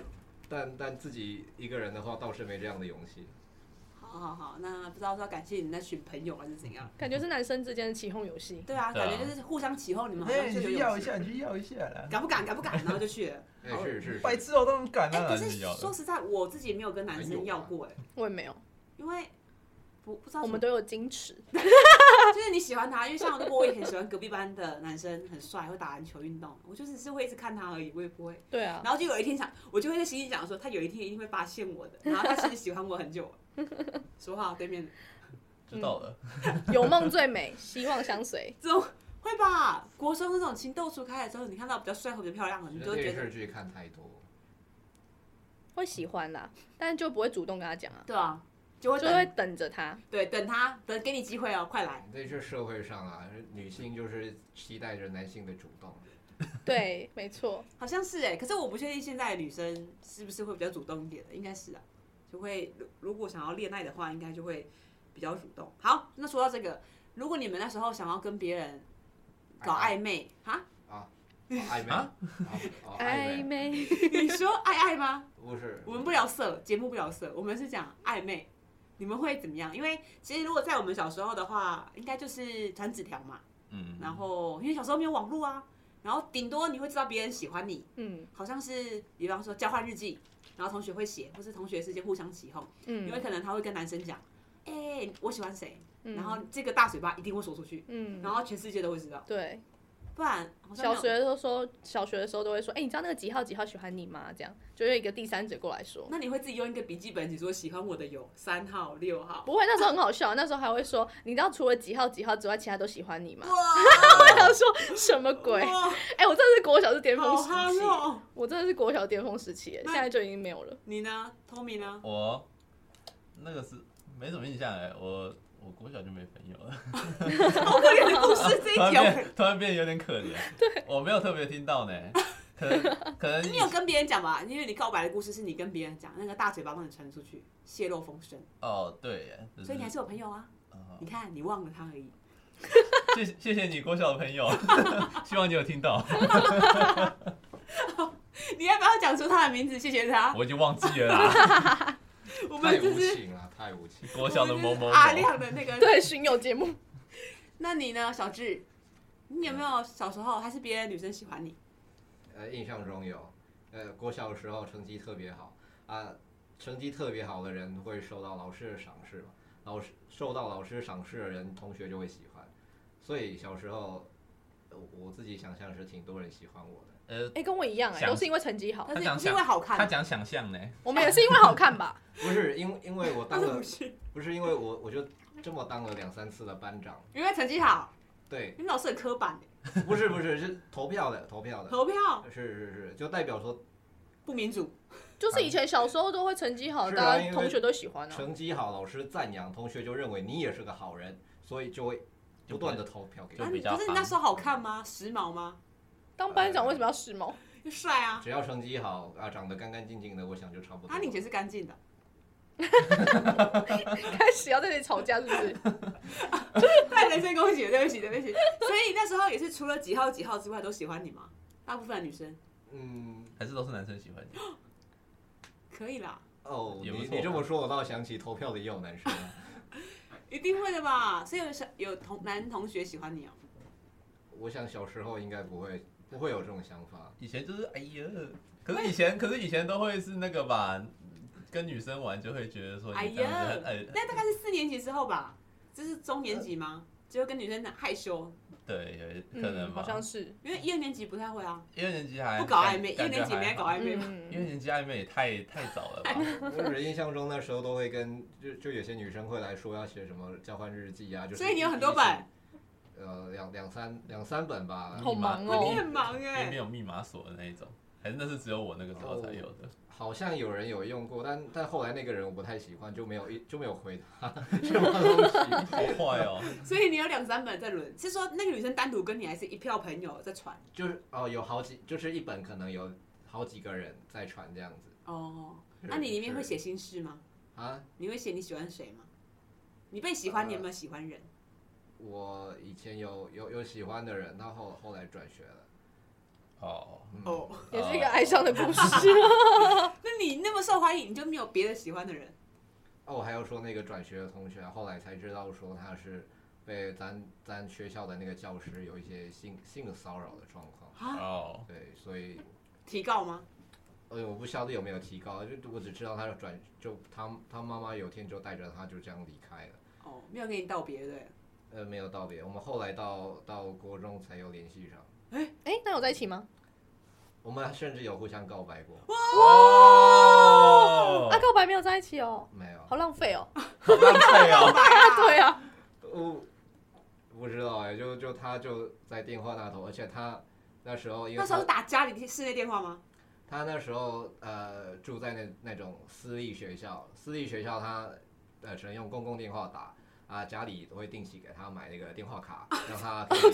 Speaker 4: 但但自己一个人的话倒是没这样的勇气。
Speaker 2: 好好好，那不知道是要感谢你那群朋友还是怎样？
Speaker 3: 感觉是男生之间的起哄游戏。
Speaker 2: 对啊，
Speaker 1: 嗯对啊
Speaker 2: 感觉就是互相起哄，你们好像是有勇气，
Speaker 1: 哎你去要一下啦。
Speaker 2: 敢不敢？敢不敢？然后就去 了。
Speaker 4: 哎、是是
Speaker 1: 白
Speaker 4: 是，
Speaker 1: 痴我都能敢
Speaker 2: 哎、
Speaker 1: 啊！
Speaker 2: 可
Speaker 1: 哪
Speaker 2: 是
Speaker 1: 里要
Speaker 2: 说
Speaker 1: 的
Speaker 2: 实在，我自己也没有跟男生要过哎、
Speaker 1: 啊
Speaker 3: 我也没有，
Speaker 2: 因为不不知道怎
Speaker 3: 我
Speaker 2: 么
Speaker 3: 们都有矜持。
Speaker 2: 就是你喜欢他，因为像如果我也很喜欢隔壁班的男生，很帅，会打篮球、运动，我就只是会一直看他而已，我也不会。
Speaker 3: 对啊，
Speaker 2: 然后就有一天想，我就会在心里想说，他有一天一定会发现我的，然后他其实喜欢我很久了。 说话对面的
Speaker 1: 知道了，
Speaker 3: 有梦最美，希望相随。
Speaker 2: 这种会吧？国中这种情窦初开的时候，你看到比较帅或比较漂亮的，你就会觉
Speaker 4: 电
Speaker 2: 得
Speaker 4: 视剧看太多，
Speaker 3: 会喜欢啦，但就不会主动跟他讲啊，
Speaker 2: 对啊，就会
Speaker 3: 就
Speaker 2: 等
Speaker 3: 会等着他。
Speaker 2: 对等他等给你机会哦，快来。
Speaker 4: 那这社会上啊，女性就是期待着男性的主动。
Speaker 3: 对，没错，
Speaker 2: 好像是哎、可是我不确定现在的女生是不是会比较主动一点的，应该是啊，就会如如果想要恋爱的话，应该就会比较主动。好，那说到这个，如果你们那时候想要跟别人搞暧昧哈，
Speaker 4: 暧昧
Speaker 1: 啊
Speaker 4: 哦
Speaker 3: 暧
Speaker 4: 暧昧，
Speaker 3: 昧。
Speaker 2: 你说爱爱吗？
Speaker 4: 不是
Speaker 2: 哎我们不聊色，节目不聊色，我们是讲暧昧。你们会怎么样？因为其实如果在我们小时候的话，应该就是传纸条嘛，
Speaker 1: 嗯，
Speaker 2: 然后因为小时候没有网络啊，然后顶多你会知道别人喜欢你，
Speaker 3: 嗯
Speaker 2: 好像是比方说交换日记，然后同学会写，或是同学之间互相起哄，因为
Speaker 3: 嗯
Speaker 2: 可能他会跟男生讲，哎、我喜欢谁，
Speaker 3: 嗯，
Speaker 2: 然后这个大嘴巴一定会说出去，
Speaker 3: 嗯，
Speaker 2: 然后全世界都会知道，
Speaker 3: 对，
Speaker 2: 不然好像没
Speaker 3: 小
Speaker 2: 有
Speaker 3: 学的时候说，小学的时候都会说，哎、你知道那个几号几号喜欢你吗？这样就有一个第三者过来说，
Speaker 2: 那你会自己用一个笔记本，你说喜欢我的有三号、六 号，
Speaker 3: 不会，那时候很好笑，啊那时候还会说，你知道除了几号几号之外，其他都喜欢你
Speaker 2: 哦
Speaker 3: 吗？
Speaker 2: 哇，
Speaker 3: 我想说什么鬼？哎、
Speaker 2: 哇
Speaker 3: 我真的是国小是巅峰
Speaker 2: 好
Speaker 3: 时
Speaker 2: 憨
Speaker 3: 期，
Speaker 2: 哦！
Speaker 3: 我真的是国小巅峰时期耶，
Speaker 2: 那
Speaker 3: 现在就已经没有了。
Speaker 2: 你呢，Tommy 呢？
Speaker 1: 我那个是没什么印象哎，我我国小就没朋友了，
Speaker 2: 好可怜的故事，这
Speaker 1: 突然
Speaker 2: 一条。
Speaker 1: 变突然变有点可 怜。对，我没有特别听到呢，可能可能
Speaker 2: 你有跟别人讲吧，因为你告白的故事是你跟别人讲，那个大嘴巴帮你传出去，泄露风声，
Speaker 1: 哦对耶，就是
Speaker 2: 所以你还是有朋友啊。
Speaker 1: 哦
Speaker 2: 你看，你忘了他而已。
Speaker 1: 谢谢谢谢你国小的朋友， 希望你有听到，
Speaker 2: 你要不要讲出他的名字？谢谢 他。
Speaker 1: 我已经忘记了 啦，
Speaker 2: 我
Speaker 4: 太
Speaker 2: 们就
Speaker 4: 无
Speaker 2: 是
Speaker 4: 情了，太无情。
Speaker 1: 国小的某某某
Speaker 2: 我们就是啊阿亮的那个。
Speaker 3: 对，巡游节目，
Speaker 2: 那你呢，小智？你有没有小时候还是别的女生喜欢你？
Speaker 4: 呃，印象中有，呃，国小的时候成绩特别好啊、成绩特别好的人会受到老师的赏识嘛，老师受到老师赏识的人，同学就会喜欢，所以小时候呃我自己想象是挺多人喜欢我的，
Speaker 1: 呃，
Speaker 3: 哎、跟我一样哎、
Speaker 1: 想
Speaker 3: 都是因为成绩好，
Speaker 2: 但是
Speaker 1: 讲
Speaker 2: 不是因为好
Speaker 1: 他
Speaker 2: 看，
Speaker 1: 讲想象呢，
Speaker 3: 我们也是因为好看吧？
Speaker 4: 不是因因为我
Speaker 2: 但
Speaker 4: 当
Speaker 2: 是
Speaker 4: 了
Speaker 2: 不 是
Speaker 4: 不是因为我我就这么当了两三次的班长，
Speaker 2: 因为成绩好？
Speaker 4: 对，
Speaker 2: 你们老师很刻板耶
Speaker 4: 不是不是是投票的投票的，
Speaker 2: 投票
Speaker 4: 是是是，就代表说
Speaker 2: 不民主，
Speaker 3: 就是以前小时候都会成绩好，
Speaker 4: 是啊
Speaker 3: 大
Speaker 4: 因
Speaker 3: 家
Speaker 4: 为
Speaker 3: 同学都喜欢啊。
Speaker 4: 成绩好，老师赞扬，同学就认为你也是个好人，所以就会不断的投票给
Speaker 1: 就
Speaker 2: 啊
Speaker 4: 你。
Speaker 1: 比
Speaker 2: 你
Speaker 1: 较
Speaker 2: 可是你
Speaker 1: 夯
Speaker 2: 那时候好看吗？时髦吗？
Speaker 3: 当班长为什么要时髦？
Speaker 2: 又帅啊！
Speaker 4: 只要成绩好啊，长得干干净净的，我想就差不多
Speaker 2: 啊，
Speaker 4: 了。
Speaker 2: 你以前是干净的，
Speaker 3: 开始要在这里吵架是不是？
Speaker 2: 太人身攻击了，对不起，对不起。所以那时候也是除了几号几号之外都喜欢你吗？大部分的女生
Speaker 4: 嗯
Speaker 1: 还是都是男生喜欢你，
Speaker 2: 可以啦，
Speaker 4: 哦，你
Speaker 1: 也不错
Speaker 4: 你这么说，我倒想起投票的也有男生啊。
Speaker 2: 一定会的吧？所以有小有同男同学喜欢你哦。
Speaker 4: 我想小时候应该不会不会有这种想法。
Speaker 1: 以前就是哎呀，可是以前可是以前都会是那个吧，跟女生玩就会觉得说
Speaker 2: 哎
Speaker 1: 你这样子
Speaker 2: 呀
Speaker 1: 很，哎，
Speaker 2: 那大概是四年级之后吧，这是中年级吗？就会跟女生害羞，
Speaker 1: 对，有可能
Speaker 3: 嗯，好
Speaker 1: 吧，
Speaker 3: 像是。
Speaker 2: 因为一二年级不太会啊，
Speaker 1: 一二年级还
Speaker 2: 不搞暧昧，一二
Speaker 1: 感
Speaker 2: 年级没在搞暧昧哎吗？
Speaker 1: 因为
Speaker 3: 嗯，
Speaker 1: 年纪暧昧也太太早了吧？
Speaker 4: 我只印象中那时候都会跟就就有些女生会来说要写什么交换日记啊，就是
Speaker 2: 所以你有很多本，
Speaker 4: 呃两两三两三本吧，
Speaker 3: 好忙哦
Speaker 2: 哇，你很忙
Speaker 1: 里面
Speaker 2: 哎，
Speaker 1: 有密码锁的那一种，还是那是只有我那个时候才有的？
Speaker 4: 好像有人有用过，但但后来那个人我不太喜欢，就没有一就没有回 他什么东西。
Speaker 1: 好坏哦，
Speaker 2: 所以你有两三本在轮，是说那个女生单独跟你，还是一票朋友在传？
Speaker 4: 就是哦，有好几，就是一本可能有好几个人在传这样子。
Speaker 2: 哦，
Speaker 4: 是
Speaker 2: 那、你里面会
Speaker 4: 是
Speaker 2: 写心事吗？
Speaker 4: 啊？
Speaker 2: 你会写你喜欢谁吗？你被喜欢，你有没有喜欢人？
Speaker 4: 我以前有有有喜欢的人，到后后来转学了。
Speaker 1: 哦，
Speaker 4: 嗯，
Speaker 2: 哦，
Speaker 1: 也
Speaker 3: 也
Speaker 1: 是
Speaker 3: 是
Speaker 1: 一
Speaker 3: 一
Speaker 1: 个
Speaker 3: 个哀伤的故事。
Speaker 2: 那你那么受欢迎，你就没有别的喜欢的人？
Speaker 4: 哦，我还要说那个转学的同学，后来才知道说他是被咱咱学校的那个教师有一些性性骚扰的状况。
Speaker 1: 哦，
Speaker 4: 对，所以
Speaker 2: 提告吗？
Speaker 4: 哎呦，我不晓得有没有提高，就我只知道他要转，就他他妈妈有天就带着他就这样离开了。
Speaker 2: 哦，没有跟你道别，对不对？
Speaker 4: 呃，没有道别，我们后来到到国中才有联系上，
Speaker 3: 哎，那有在一起吗？
Speaker 4: 我们甚至有互相告白过，
Speaker 1: 哦
Speaker 3: 啊，，告白没有在一起哦，
Speaker 4: 没有，
Speaker 3: 好浪费哦。
Speaker 1: 好浪费 哦，
Speaker 3: 对啊，
Speaker 4: 我呃不知道哎，就就他就在电话那头，而且他那时候因
Speaker 2: 那
Speaker 4: 为
Speaker 2: 时候
Speaker 4: 他
Speaker 2: 是打家里室内电话吗？
Speaker 4: 他那时候呃住在那那种私立学校，私立学校他呃只能用公共电话打。啊，家里都会定期给他买那个电话卡，让他可以
Speaker 3: ，Oh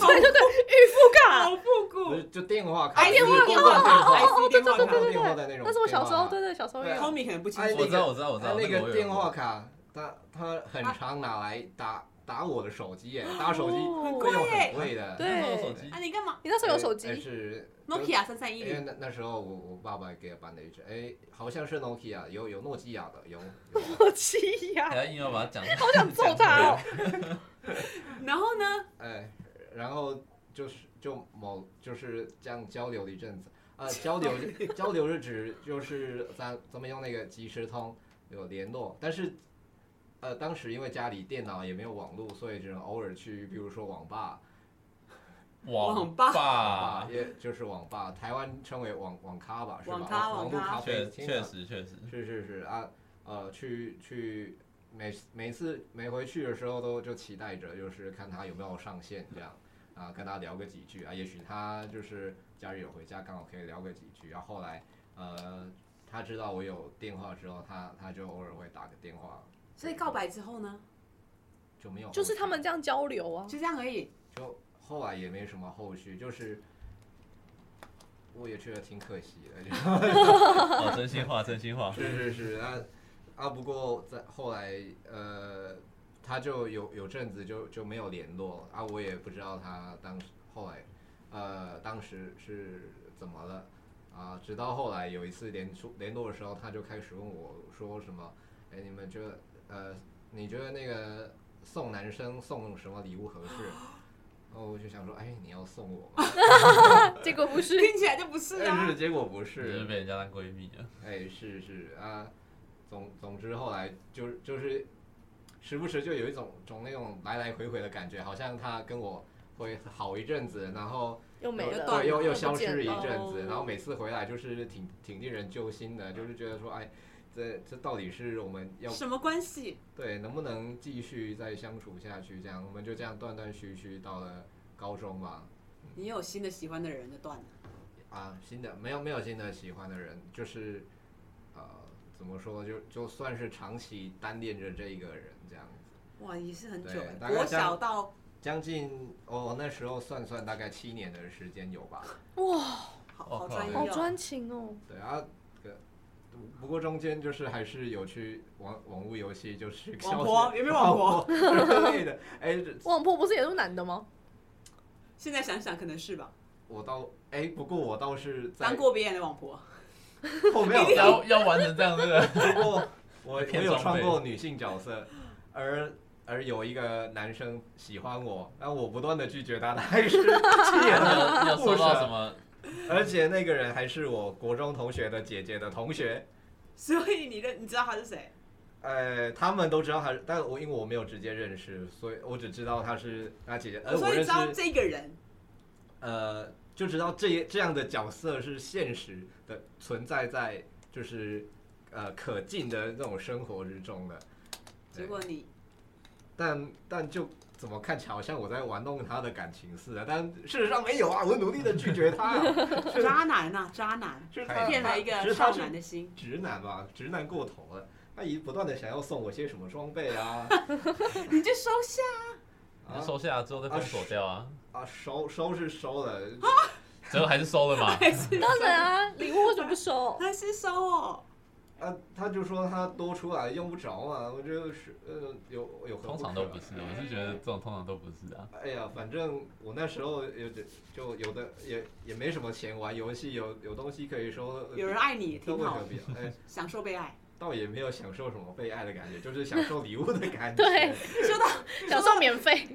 Speaker 2: 好复
Speaker 4: 不
Speaker 2: 古
Speaker 4: 是就电话卡，
Speaker 2: 哎
Speaker 4: 就是
Speaker 2: 电话
Speaker 4: 公共电话
Speaker 2: 卡哦哦哦
Speaker 4: 电话
Speaker 2: 对对
Speaker 4: 卡
Speaker 3: 哎对对对
Speaker 4: 电话的那种。
Speaker 3: 那是我小时候，对
Speaker 4: 电
Speaker 3: 对，小时候
Speaker 4: 对
Speaker 3: 也
Speaker 4: 啊
Speaker 3: 有。
Speaker 2: ，Tommy 可能不清
Speaker 4: 哎
Speaker 2: 楚
Speaker 1: 我知道，我知道，我
Speaker 4: 话
Speaker 1: 知道，
Speaker 4: 卡，他那
Speaker 1: 我
Speaker 4: 个
Speaker 1: 有
Speaker 4: 电话卡，他他很
Speaker 3: 啊
Speaker 4: 常拿来打打我的手机，耶，哎打手机
Speaker 3: 很
Speaker 4: 会
Speaker 2: 贵
Speaker 4: 用
Speaker 2: 耶
Speaker 4: 很贵的。
Speaker 3: 哦对
Speaker 1: 那时候有手机
Speaker 2: 啊，你干嘛
Speaker 3: 你那时候有手
Speaker 4: 哎
Speaker 3: 机？
Speaker 4: 是
Speaker 2: ？Nokia 三三一
Speaker 4: 因为
Speaker 1: 哎
Speaker 2: 零，
Speaker 4: 那那时候我我爸爸给我办的一只，哎，好像是 Nokia，有有诺基亚的，有。有
Speaker 3: 我气呀
Speaker 1: 还！要硬要把它讲，
Speaker 3: 好想揍他哦！
Speaker 2: 然后呢？
Speaker 4: 哎，然后就是就某就是这样交流了一阵子，啊，交流是交流是指就是咱咱们用那个即时通有联络，但是呃当时因为家里电脑也没有网络，所以只能偶尔去，比如说网吧
Speaker 1: 网
Speaker 2: 网吧
Speaker 1: 吧，
Speaker 4: 也就是网吧，台湾称为网网咖吧，是吧？
Speaker 2: 网咖
Speaker 4: 网
Speaker 2: 网
Speaker 4: 络
Speaker 2: 咖
Speaker 4: 咖啡
Speaker 1: 确
Speaker 4: 厅
Speaker 1: 确
Speaker 4: 啊
Speaker 1: 实确实，
Speaker 4: 是是是啊，呃，去去每每次每回去的时候都就期待着，就是看他有没有上线这样啊，跟他聊个几句啊，也许他就是假日有回家，刚好可以聊个几句。然后后来呃，他知道我有电话之后，他他就偶尔会打个电话，
Speaker 2: 所以告白之后呢？
Speaker 4: 就没有后
Speaker 3: 就是
Speaker 4: 续
Speaker 3: 他们这样交流啊，
Speaker 2: 就这样而已。
Speaker 4: 就后来也没什么后续，就是我也觉得挺可惜的。就
Speaker 1: 哦，真心话，真心话，
Speaker 4: 是是是，啊啊，不过在后来，呃，他就有有阵子就就没有联络啊，我也不知道他当时后来，呃，当时是怎么了啊？直到后来有一次联出联络的时候，他就开始问我说什么，哎，你们觉得呃，你觉得那个送男生送什么礼物合适？哦，我就想说，哎，你要送我吗？
Speaker 3: 结 果不是
Speaker 2: 听起来就不是
Speaker 4: 但
Speaker 2: 啊
Speaker 4: 是。结果不
Speaker 1: 只
Speaker 4: 是
Speaker 1: 是，被人家当闺蜜了，
Speaker 4: 哎，是是啊，总总之后来就就是，时不时就有一种种那种来来回回的感觉，好像他跟我会好一阵子，然后
Speaker 3: 又没
Speaker 4: 又
Speaker 3: 了，
Speaker 4: 对，又又
Speaker 3: 不
Speaker 4: 消
Speaker 3: 见
Speaker 4: 失一
Speaker 3: 了
Speaker 4: 阵子，然后
Speaker 2: 哦
Speaker 4: 每次回来就是挺挺令人揪心的，就是觉得说，哎，这这到底是我们要
Speaker 2: 什么关系？
Speaker 4: 对能不能继续再相处下去？这样我们就这样断断续续到了高中吧。
Speaker 2: 你有新的喜欢的人就断了。
Speaker 4: 啊，新的没有没有新的喜欢的人，就是呃，怎么说，就就算是长期单恋着这一个人这样子，
Speaker 2: 哇，也是很久
Speaker 4: 对
Speaker 2: 欸，
Speaker 4: 大概
Speaker 2: 国
Speaker 4: 这样
Speaker 2: 小到
Speaker 4: 将近哦那时候算算大概七年的时间有吧。
Speaker 3: 哇，
Speaker 2: 好
Speaker 1: 我
Speaker 2: 好
Speaker 1: 靠
Speaker 2: 专
Speaker 3: 好
Speaker 2: 一哦。
Speaker 3: 专情哦！
Speaker 4: 对啊，呃不过中间就是还是有去网网络游戏，就是
Speaker 2: 网
Speaker 4: 消
Speaker 2: 婆
Speaker 4: 息
Speaker 2: 有没有网婆
Speaker 4: 婆之类的。哎，这
Speaker 3: 网婆不是也是男的吗？
Speaker 2: 现在想想可能是吧，
Speaker 4: 我倒哎，不过我倒是在
Speaker 2: 当过别人的网婆。
Speaker 4: 我没有当
Speaker 1: 要要玩成这样子，
Speaker 4: 不 过我我
Speaker 1: 偏
Speaker 4: 有
Speaker 1: 装
Speaker 4: 穿
Speaker 1: 备
Speaker 4: 过女性角色，而而有一个男生喜欢我，但我不断的拒绝他，他还是气
Speaker 1: 要
Speaker 4: 人了，
Speaker 1: 要收到什么？
Speaker 4: 而且那个人还是我国中同学的姐姐的同学，
Speaker 2: 所以你认你知道她是谁？
Speaker 4: 呃，他们都知道他，但我因为我没有直接认识，所以我只知道他是他姐姐，而
Speaker 2: 所
Speaker 4: 我
Speaker 2: 以
Speaker 4: 认
Speaker 2: 知道
Speaker 4: 识
Speaker 2: 这个人。
Speaker 4: 呃，就知道这这样的角色是现实的存在在就是呃可敬的那种生活之中的。对
Speaker 2: 结果你
Speaker 4: 但但就怎么看起来好像我在玩弄他的感情似的，但事实上没有啊，我努力的拒绝他、 啊，
Speaker 2: 渣男呐、渣男，
Speaker 4: 就是
Speaker 1: 哎
Speaker 4: 他
Speaker 1: 呀
Speaker 2: 骗了一
Speaker 4: 他
Speaker 2: 个
Speaker 4: 只是他
Speaker 2: 少
Speaker 4: 是
Speaker 2: 男的心。
Speaker 4: 直男吧，直男过头了，他一不断的想要送我些什么装备 啊，
Speaker 2: 你就收下，
Speaker 1: 你
Speaker 4: 啊
Speaker 1: 就收下来之后再封锁掉啊，
Speaker 4: 啊收收是收了，
Speaker 1: 最后还是收了嘛。
Speaker 2: 还是
Speaker 3: 当然啊，礼物为什么不收？
Speaker 2: 还是收哦？
Speaker 4: 啊他就说他多出来用不着嘛，我就是呃有有何
Speaker 1: 通常
Speaker 4: 可
Speaker 1: 都不是，我是觉得这种通常都不是啊。
Speaker 4: 哎呀，反正我那时候有点就有的也也没什么钱玩游戏，有有东西可以说
Speaker 2: 有人爱呃你也
Speaker 4: 都
Speaker 2: 挺
Speaker 4: 为
Speaker 2: 好
Speaker 4: 何，必要？哎，
Speaker 2: 享受被爱。
Speaker 4: 倒也没有享受什么被爱的感觉，就是享受礼物的感 觉。
Speaker 3: 对，
Speaker 2: 说到
Speaker 3: 享受免费，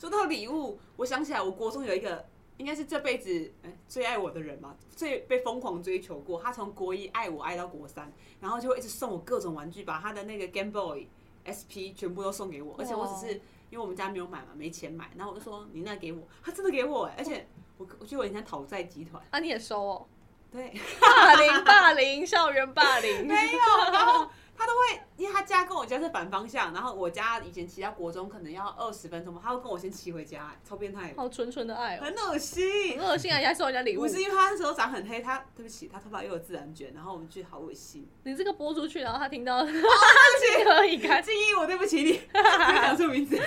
Speaker 2: 说到礼物，我想起来，我国中有一个应该是这辈子、哎最爱我的人吧，最被疯狂追求过。他从国一爱我爱到国三，然后就会一直送我各种玩具，把他的那个 Game Boy、SP 全部都送给我，而且我只是因为我们家没有买嘛，没钱买，然后我就说你那给我，他真的给我、哎而且我我觉得我以前讨债集团，
Speaker 3: 啊，你也收哦。
Speaker 2: 对，
Speaker 3: 霸凌，霸凌，校园霸凌。
Speaker 2: 没有，然后他都会，因为他家跟我家是反方向，然后我家以前骑到国中可能要二十分钟吧，他会跟我先骑回家、哎超变态的，
Speaker 3: 好纯纯的爱哦，
Speaker 2: 很恶心
Speaker 3: 很。恶心啊！人家送人家礼物
Speaker 2: 不，是因为他那时候长很黑，他对不起，他头发又有自然卷，然后我们觉得好恶 心。
Speaker 3: 你这个播出去，然后他听到，情何 以堪？
Speaker 2: 静怡，我对不起 你，没有讲出名字。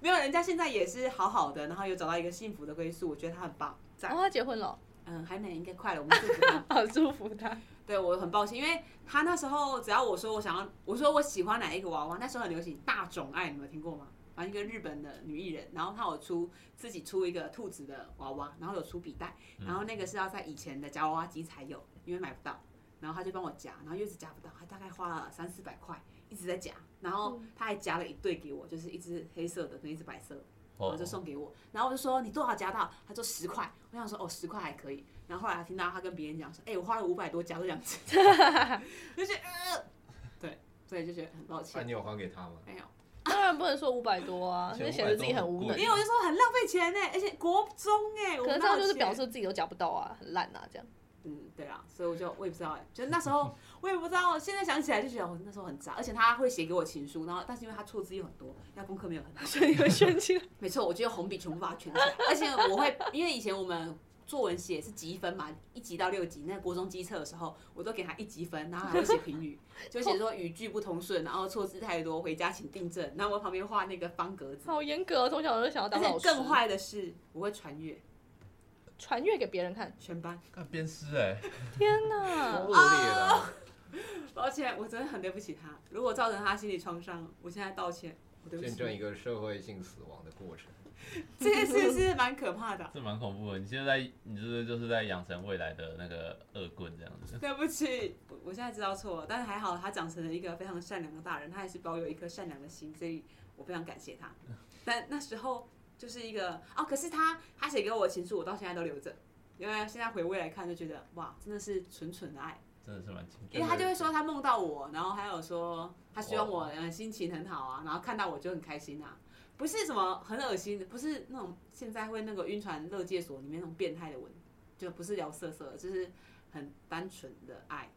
Speaker 2: 没有，人家现在也是好好的，然后有找到一个幸福的归宿，我觉得他很棒，赞。
Speaker 3: 然哦后他结婚了，
Speaker 2: 嗯，还没，应该快了，我们祝福他。
Speaker 3: 好祝福他。
Speaker 2: 对我很抱歉，因为他那时候只要我说我想要，我说我喜欢哪一个娃娃，那时候很流行大冢爱，你们有听过吗？反正一个日本的女艺人，然后她有出自己出一个兔子的娃娃，然后有出笔袋。
Speaker 1: 嗯
Speaker 2: 然后那个是要在以前的夹娃娃机才有，因为买不到。然后他就帮我夹，然后又一直夹不到，他大概花了三四百块一直在夹，然后他还夹了一对给我，就是一只黑色的跟一只白色的，然后
Speaker 1: 哦
Speaker 2: 就，送给我。然后我就说你多少夹到？他说十块。我想说哦十块还可以。然后后来听到他跟别人讲说，哎、我花了五百多夹这两 只，就觉得呃，对，所以就觉得很抱
Speaker 4: 那、
Speaker 2: 歉
Speaker 4: 啊你。有还给他吗？
Speaker 2: 没有，
Speaker 3: 当然不能说五百多啊，
Speaker 1: 钱
Speaker 3: 就显得自己很无
Speaker 1: 500
Speaker 3: 能
Speaker 1: 多很。
Speaker 2: 因为我就说很浪费钱呢，而且国中哎，我
Speaker 3: 可能
Speaker 2: 哪
Speaker 3: 这样
Speaker 2: 有
Speaker 3: 就是
Speaker 2: 钱
Speaker 3: 表示自己都夹不到啊，很烂啊，这样。
Speaker 2: 嗯，对啦，所以我就我也不知道哎、就那时候我也不知道，现在想起来就觉得我那时候很渣，而且他会写给我情书，然后但是因为他错字又很多，要功课没有很好，
Speaker 3: 所以你会炫技，
Speaker 2: 没错，我就用红笔全部把它圈起来，而且我会因为以前我们作文写是积分嘛，一级到六级，那个国中机测的时候，我都给他一积分，然后还会写评 语，就写说语句不通顺，然后错字太多，回家请订正，然后我旁边画那个方格子，
Speaker 3: 好严格哦。从小就想要
Speaker 2: 而
Speaker 3: 当老
Speaker 2: 且
Speaker 3: 师，
Speaker 2: 更坏的是我会传阅
Speaker 3: 传阅给别人看。
Speaker 2: 全班，
Speaker 1: 看鞭尸哎，
Speaker 3: 天
Speaker 4: 多
Speaker 3: 哪
Speaker 4: 恶，劣啊！
Speaker 2: 抱歉，我真的很对不起他，如果造成他心理创伤，我现在道歉。我对不起
Speaker 4: 见证一个社会性死亡的过程。
Speaker 2: 这件事是蛮可怕的。啊
Speaker 1: 这蛮恐怖的。你现在你就是就是在养成未来的那个恶棍这样子。
Speaker 2: 对不起，我我现在知道错了，但是还好他长成了一个非常善良的大人，他还是保有一颗善良的心，所以我非常感谢他。
Speaker 1: 嗯
Speaker 2: 但那时候就是一个哦，可是他他写给我的情书，我到现在都留着，因为现在回味来看就觉得哇，真的是纯纯的爱，
Speaker 1: 真的是蛮清楚
Speaker 2: 因为他就会说他梦到我，然后还有说他希望我嗯心情很好啊，然后看到我就很开心啊。不是什么很恶心的，不是那种现在会那个晕船乐界所里面那种变态的文，就不是聊色色的，就是很单纯的爱。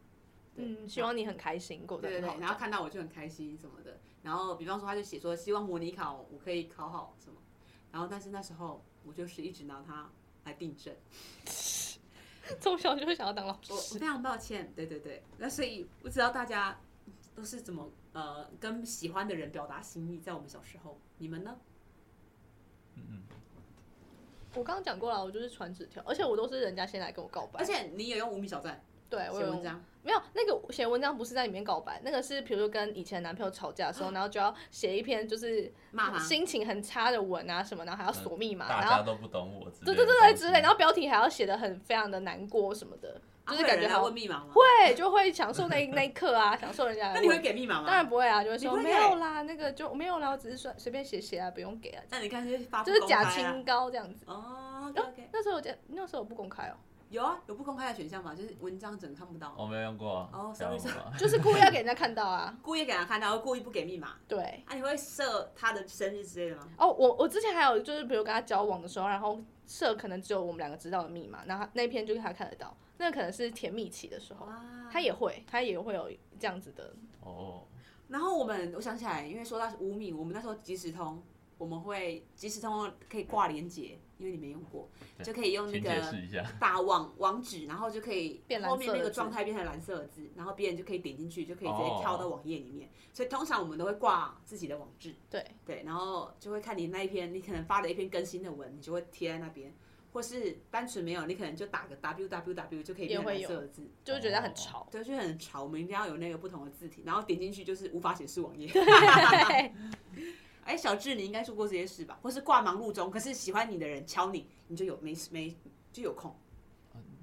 Speaker 2: 对
Speaker 3: 嗯，希望你很开心，过得
Speaker 2: 对对
Speaker 3: 很好
Speaker 2: 对，。然后看到我就很开心什么的。然后比方说，他就写说希望模拟考我可以考好什么。然后但是那时候我就是一直拿它来订正，
Speaker 3: 从小就想要当老师
Speaker 2: 我我，非常抱歉，对对对。那所以不知道大家都是怎么呃跟喜欢的人表达心意，在我们小时候，你们呢？
Speaker 3: 我刚刚讲过了，我就是传纸条，而且我都是人家先来跟我告 白，
Speaker 2: 而且哎你也用五米小站
Speaker 3: 对哎我
Speaker 2: 写
Speaker 3: 有
Speaker 2: 文章，
Speaker 3: 没有那个写文章不是在里面告白，那个是比如说跟以前男朋友吵架的时候，然后就要写一篇就是
Speaker 2: 啊骂他
Speaker 3: 心情很差的文啊什么，然后还要锁密码，
Speaker 1: 嗯大
Speaker 3: 然
Speaker 1: 家
Speaker 3: 后
Speaker 1: 都不懂我之类的
Speaker 3: 对对对对
Speaker 1: 东西
Speaker 3: 之类，然后标题还要写的很非常的难过什么的，
Speaker 2: 啊
Speaker 3: 就
Speaker 2: 会
Speaker 3: 是
Speaker 2: 有
Speaker 3: 感
Speaker 2: 人
Speaker 3: 觉
Speaker 2: 来
Speaker 3: 好
Speaker 2: 问密码吗？
Speaker 3: 会就会享受那那一刻啊， 享受人家
Speaker 2: 那
Speaker 3: 的
Speaker 2: 你
Speaker 3: 问
Speaker 2: 会。给密码吗？
Speaker 3: 当然不会啊，就会
Speaker 2: 你
Speaker 3: 说
Speaker 2: 会
Speaker 3: 没有啦，那个就没有啦，我只是说随便写写啊，不用给啊，
Speaker 2: 那你看就是发布
Speaker 3: 就是
Speaker 2: 公
Speaker 3: 假
Speaker 2: 开啊
Speaker 3: 清高这样子。
Speaker 2: 哦，OK OK，
Speaker 3: 那时候我记那时候我不公开哦，
Speaker 2: 有啊，有不公开的选项嘛，就是文章整个看不到，
Speaker 1: 我没有用过啊。
Speaker 2: 哦
Speaker 1: 不要用过啊
Speaker 3: 就是故意要给人家看到啊。
Speaker 2: 故意给他看到，然后故意不给密码。
Speaker 3: 对，
Speaker 2: 啊，你会设他的生日之类的吗？
Speaker 3: 哦，我我之前还有就是，比如跟他交往的时候，然后设可能只有我们两个知道的密码，然后他那篇就是他看得到，那可能是甜蜜期的时候，
Speaker 2: 哇，
Speaker 3: 他也会，他也会有这样子的，
Speaker 1: 哦，
Speaker 2: 然后我们我想起来，因为说到无名，我们那时候即时通，我们会即时通可以挂连接，因为你没用过，
Speaker 1: 对
Speaker 2: 就可以用那
Speaker 1: 请解
Speaker 2: 个
Speaker 1: 释一下。
Speaker 2: 打网网址，然后就可以
Speaker 3: 变蓝色
Speaker 2: 后
Speaker 3: 的
Speaker 2: 面那个
Speaker 3: 字
Speaker 2: 状态变成蓝色的字，然后别人就可以点进去，就可以直接
Speaker 1: 哦
Speaker 2: 跳到网页里面。所以通常我们都会挂自己的网志，
Speaker 3: 对
Speaker 2: 对，然后就会看你那一篇，你可能发了一篇更新的文，你就会贴在那边。或是单纯没有，你可能就打个 w w w 就可以
Speaker 3: 也
Speaker 2: 变成
Speaker 3: 会
Speaker 2: 蓝
Speaker 3: 有
Speaker 2: 色的字，
Speaker 3: 就会觉得很潮。
Speaker 2: 对，就很潮。我们一定要有那个不同的字体，然后点进去就是无法显示网页。
Speaker 3: 对，
Speaker 2: 哎，小智，你应该做过这些事吧？或是挂忙碌中，可是喜欢你的人敲你，你就有没没就有空。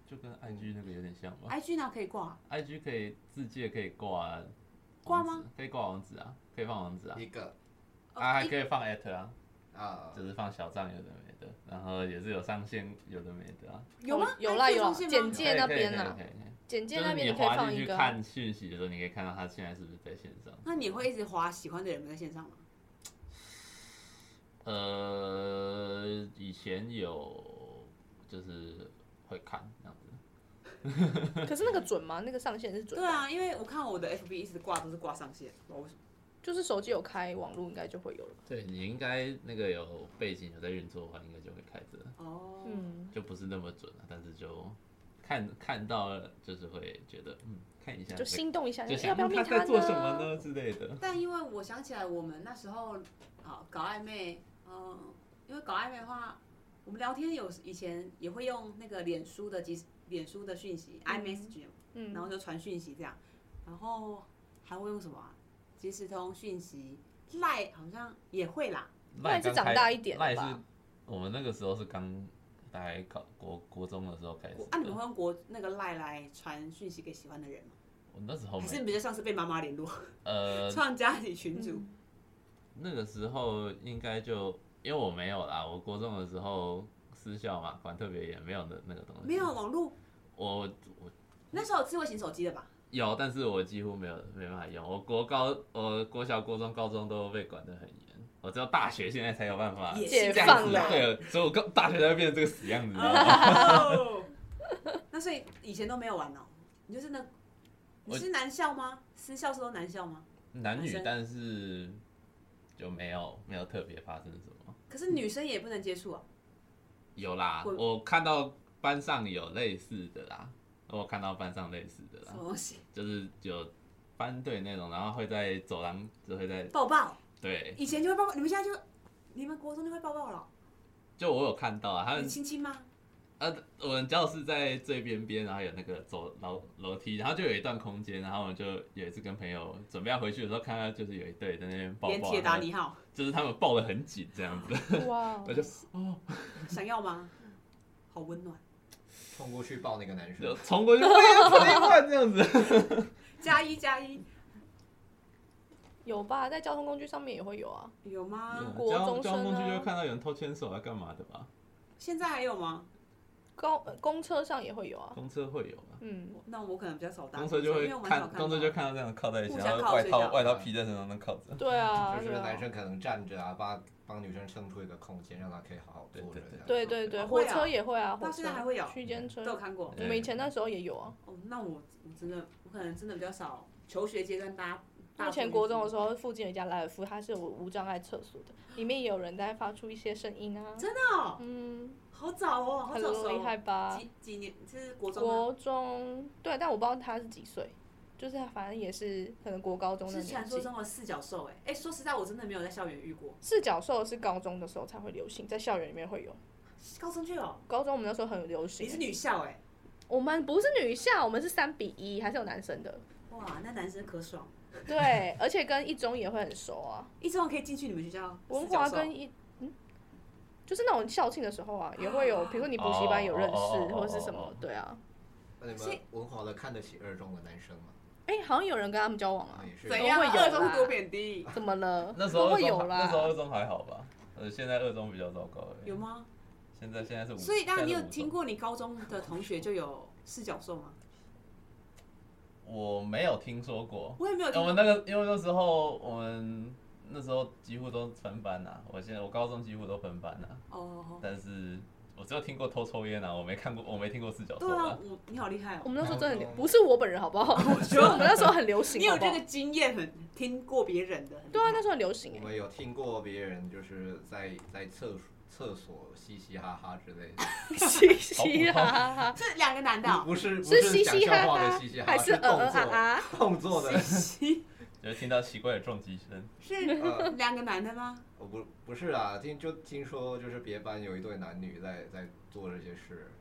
Speaker 1: 就跟 IG 那个有点像吧
Speaker 2: IG 呢可以挂，
Speaker 1: ，IG 可以自介可以挂
Speaker 2: 挂
Speaker 1: 网址
Speaker 2: 吗？
Speaker 1: 可以挂网址啊，可以放网址啊，
Speaker 4: 一个
Speaker 3: 哦
Speaker 1: 啊还
Speaker 2: 哦
Speaker 1: 可以放 at 啊，
Speaker 4: 啊，
Speaker 1: 就是放小账有的没的，然后也是有上线有的没的啊。
Speaker 2: 哎有吗？
Speaker 3: 有啦
Speaker 2: 了
Speaker 3: 有啦
Speaker 2: 了，
Speaker 1: 可
Speaker 3: 简
Speaker 1: 以
Speaker 3: 介那边
Speaker 1: 可以可以
Speaker 3: 啊
Speaker 1: 可以可以
Speaker 3: 简介
Speaker 1: 就是
Speaker 3: 那
Speaker 1: 你
Speaker 3: 边可以
Speaker 1: 滑
Speaker 3: 放
Speaker 1: 进
Speaker 3: 一
Speaker 1: 去
Speaker 3: 个，啊
Speaker 1: 看讯息的时候，你可以看到他现在是不是在线上。
Speaker 2: 那你会一直划喜欢的人在线上吗？
Speaker 1: 呃，以前有就是会看这样子，
Speaker 3: 可是那个准吗？那个上限是准？
Speaker 2: 对，啊，因为我看我的 FB 一直挂都是挂上线，不知道为什么
Speaker 3: 就是手机有开网络，应该就会有了吧。
Speaker 1: 对你应该那个有背景有在运作的话，应该就会开着，
Speaker 2: 哦，
Speaker 3: 嗯，
Speaker 1: 就不是那么准了、但是就看看到了就是会觉得嗯看一下
Speaker 3: 就
Speaker 1: 这个
Speaker 3: 心动一下，哎
Speaker 1: 就想
Speaker 3: 要不要
Speaker 1: 嗯
Speaker 3: 密
Speaker 1: 他
Speaker 3: 他
Speaker 1: 在做什么？呢之类的。
Speaker 2: 但因为我想起来，我们那时候啊搞暧昧，嗯，因为搞暧昧的话，我们聊天有以前也会用那个脸书的即脸书的讯息
Speaker 3: 嗯
Speaker 2: ，iMessage，、然
Speaker 3: 嗯，
Speaker 2: 后就传讯息这样，然后还会用什么、啊？即时通讯息，赖好像也会啦。
Speaker 3: 赖是长大一点
Speaker 1: 赖
Speaker 3: 了
Speaker 1: 是
Speaker 3: 吧？
Speaker 1: 我们那个时候是刚大概考国国中的时候开始的。
Speaker 2: 啊，你们会用国那个赖来传讯息给喜欢的人吗？
Speaker 1: 我那时候
Speaker 2: 还是
Speaker 1: 没
Speaker 2: 比较像是被妈妈联络，
Speaker 1: 呃
Speaker 2: 创家里群组？
Speaker 3: 嗯
Speaker 1: 那个时候应该就因为我没有啦，我国中的时候私校嘛，管特别严，没有那那个东西。
Speaker 2: 没有网络，
Speaker 1: 我我
Speaker 2: 那时候有智慧型手机的吧？
Speaker 1: 有，但是我几乎没有没办法用。我国高我国小、国中、高中都被管得很严，我只有大学现在才有办法
Speaker 2: 也
Speaker 3: 解
Speaker 1: 这样
Speaker 3: 放
Speaker 1: 子。
Speaker 3: 了
Speaker 1: 对，所以我刚大学才会变成这个死样子。你知道吗
Speaker 2: 哦， 那所以以前都没有玩哦，你就是那，你
Speaker 1: 我
Speaker 2: 是男校吗？私校是都男校吗？
Speaker 1: 男
Speaker 2: 男
Speaker 1: 女
Speaker 2: 生，
Speaker 1: 但是就没有没有特别发生什么。
Speaker 2: 可是女生也不能接触啊。
Speaker 1: 有啦，
Speaker 2: 我
Speaker 1: 我看到班上有类似的啦，我有看到班上类似的啦
Speaker 2: 什。么东西？
Speaker 1: 就是有班队那种，然后会在走廊，就会在
Speaker 2: 抱抱，
Speaker 1: 对，
Speaker 2: 以前就会抱抱，你们现在就，你们国中就会抱抱了哦，
Speaker 1: 就我有看到啊，他
Speaker 2: 你
Speaker 1: 们
Speaker 2: 亲亲吗？
Speaker 1: 呃，我们教室在最边边，然后有那个走楼楼梯，然后就有一段空间，然后我们就有一次跟朋友准备要回去的时候，看到就是有一对在那边抱啊
Speaker 2: 连
Speaker 1: 抱，
Speaker 2: 铁达
Speaker 1: 然后
Speaker 2: 尼号，
Speaker 1: 就是他们抱得很紧这样
Speaker 3: 哦
Speaker 1: 子，
Speaker 3: 嗯 哇
Speaker 1: 我就哦
Speaker 2: 想要吗？好温暖，
Speaker 4: 冲过去抱那个男
Speaker 1: 就
Speaker 4: 生，
Speaker 1: 冲过去，我也可以换这样子。
Speaker 2: 加一加一，
Speaker 3: 有吧？在交通工具上面也会有啊。
Speaker 2: 有吗？
Speaker 3: 国
Speaker 1: 交
Speaker 3: 中生啊
Speaker 1: 交通工具就会看到有人偷牵手啊，干嘛的吧？
Speaker 2: 现在还有吗？
Speaker 3: 高呃公车上也会有啊。
Speaker 1: 公车会有吧？
Speaker 3: 嗯，
Speaker 2: 那我可能比较少搭
Speaker 1: 公车就会
Speaker 2: 因为我蛮少
Speaker 1: 看，
Speaker 2: 看到
Speaker 1: 公车就看到这样靠在一起，
Speaker 2: 互
Speaker 1: 然
Speaker 2: 相
Speaker 1: 后外
Speaker 2: 靠睡
Speaker 1: 套
Speaker 2: 觉
Speaker 1: 外套披在身上，那靠着。
Speaker 3: 对啊，
Speaker 4: 就是
Speaker 3: 对啊
Speaker 4: 男生可能站着啊，帮帮女生撑出一个空间，让她可以好好坐着这样。
Speaker 3: 对对对，
Speaker 2: 哦
Speaker 3: 火
Speaker 2: 会啊
Speaker 3: 车也会啊，
Speaker 2: 到
Speaker 3: 火
Speaker 2: 现
Speaker 3: 车
Speaker 2: 在还会有
Speaker 3: 区间
Speaker 2: 都有
Speaker 3: 车，
Speaker 2: 看过。
Speaker 3: 我们以前那时候也有啊。
Speaker 2: 哦，那我我真的我可能真的比较少，求学阶段搭。搭
Speaker 3: 目前国中的时候，附近有一家莱尔夫，它是有无障碍厕所的，里面也有人在发出一些声音啊。
Speaker 2: 真的哦，
Speaker 3: 嗯，
Speaker 2: 好早哦，好
Speaker 3: 很
Speaker 2: 早熟
Speaker 3: 厉
Speaker 2: 哦。
Speaker 3: 害吧？
Speaker 2: 几几年？这是国中啊吗？
Speaker 3: 国中对，但我不知道他是几岁，就是他反正也是可能国高中的
Speaker 2: 是
Speaker 3: 年
Speaker 2: 传说
Speaker 3: 纪。
Speaker 2: 中的四角兽哎、哎、说实在，我真的没有在校园遇过，
Speaker 3: 四角兽是高中的时候才会流行，在校园里面会有。
Speaker 2: 高中就有。
Speaker 3: 高中我们那时候很流
Speaker 2: 你是
Speaker 3: 行，
Speaker 2: 女校哎、
Speaker 3: 我们不是女校，我们是三比一，还是有男生的。
Speaker 2: 哇，那男生可爽，
Speaker 3: 对，而且跟一中也会很熟 啊，
Speaker 2: 一中可以进去你们学校。
Speaker 3: 文
Speaker 2: 四角
Speaker 3: 华
Speaker 2: 兽
Speaker 3: 跟一嗯，就是那种校庆的时候啊，也会有，比如说你补习班有认识
Speaker 1: 哦哦哦哦
Speaker 3: 或者是什
Speaker 1: 哦
Speaker 3: 么，对啊。
Speaker 4: 那你
Speaker 2: 所
Speaker 4: 们
Speaker 2: 以
Speaker 4: 文华的看得起二中的男生吗？
Speaker 3: 哎，好像有人跟他们交往
Speaker 4: 我
Speaker 3: 啊
Speaker 4: 们，也是
Speaker 3: 对
Speaker 2: 怎
Speaker 3: 都
Speaker 2: 样？
Speaker 3: 会有
Speaker 2: 二中
Speaker 3: 啦
Speaker 2: 是多贬低，
Speaker 3: 怎么了？
Speaker 1: 哎那时候
Speaker 3: 都
Speaker 1: 二
Speaker 3: 会
Speaker 1: 中
Speaker 3: 有
Speaker 1: 那时候
Speaker 3: 啦
Speaker 1: 二。中还好吧？呃，现在二中比较糟糕而已。
Speaker 2: 有吗？
Speaker 1: 现在现在是五，
Speaker 2: 所以那你
Speaker 1: 现在
Speaker 2: 有
Speaker 1: 是五
Speaker 2: 听
Speaker 1: 中？
Speaker 2: 过你高中的同学就有四角兽吗？
Speaker 1: 我没有听说过。
Speaker 2: 我也没有听
Speaker 1: 我
Speaker 2: 过
Speaker 3: 哦
Speaker 1: 们那个，因为那时候我们那时候几乎都分班呐、我现在我高中几乎都分班呐、
Speaker 2: 哦，
Speaker 1: 但是我只有听过偷抽烟啊，我没看过，我没听过四角兽
Speaker 2: 对啊
Speaker 1: 啊。，
Speaker 2: 我你好厉害
Speaker 3: 我
Speaker 2: 哦，
Speaker 3: 们那时候真的很流，不是我本人好 不好？我
Speaker 2: 觉得
Speaker 3: 觉得我们那时候很流行，
Speaker 2: 你有
Speaker 3: 好不
Speaker 2: 这
Speaker 3: 好
Speaker 2: 个经验，很听过别人的，很厉害
Speaker 3: 对啊，那时候很流行
Speaker 4: 我
Speaker 3: 哎，
Speaker 4: 们有听过别人就是在在厕所厕所嘻嘻哈哈之类的，
Speaker 3: 嘻嘻哈哈，
Speaker 2: 是两个男的哦，
Speaker 4: 不是不
Speaker 3: 是嘻
Speaker 4: 讲
Speaker 3: 嘻
Speaker 4: 笑
Speaker 3: 哈
Speaker 4: 话的
Speaker 3: 哈
Speaker 4: 嘻嘻，哈
Speaker 3: 还
Speaker 4: 哈，
Speaker 3: 是
Speaker 4: 是
Speaker 3: 呃
Speaker 4: 动
Speaker 3: 呃啊
Speaker 4: 作
Speaker 3: 啊？
Speaker 4: 动作的。
Speaker 2: 嘻
Speaker 1: 就是听到奇怪的撞击声，
Speaker 2: 是
Speaker 4: 呃，
Speaker 2: 两个男的吗？
Speaker 4: 我不不是啊，听就听说就是别班有一对男女在在做这些事，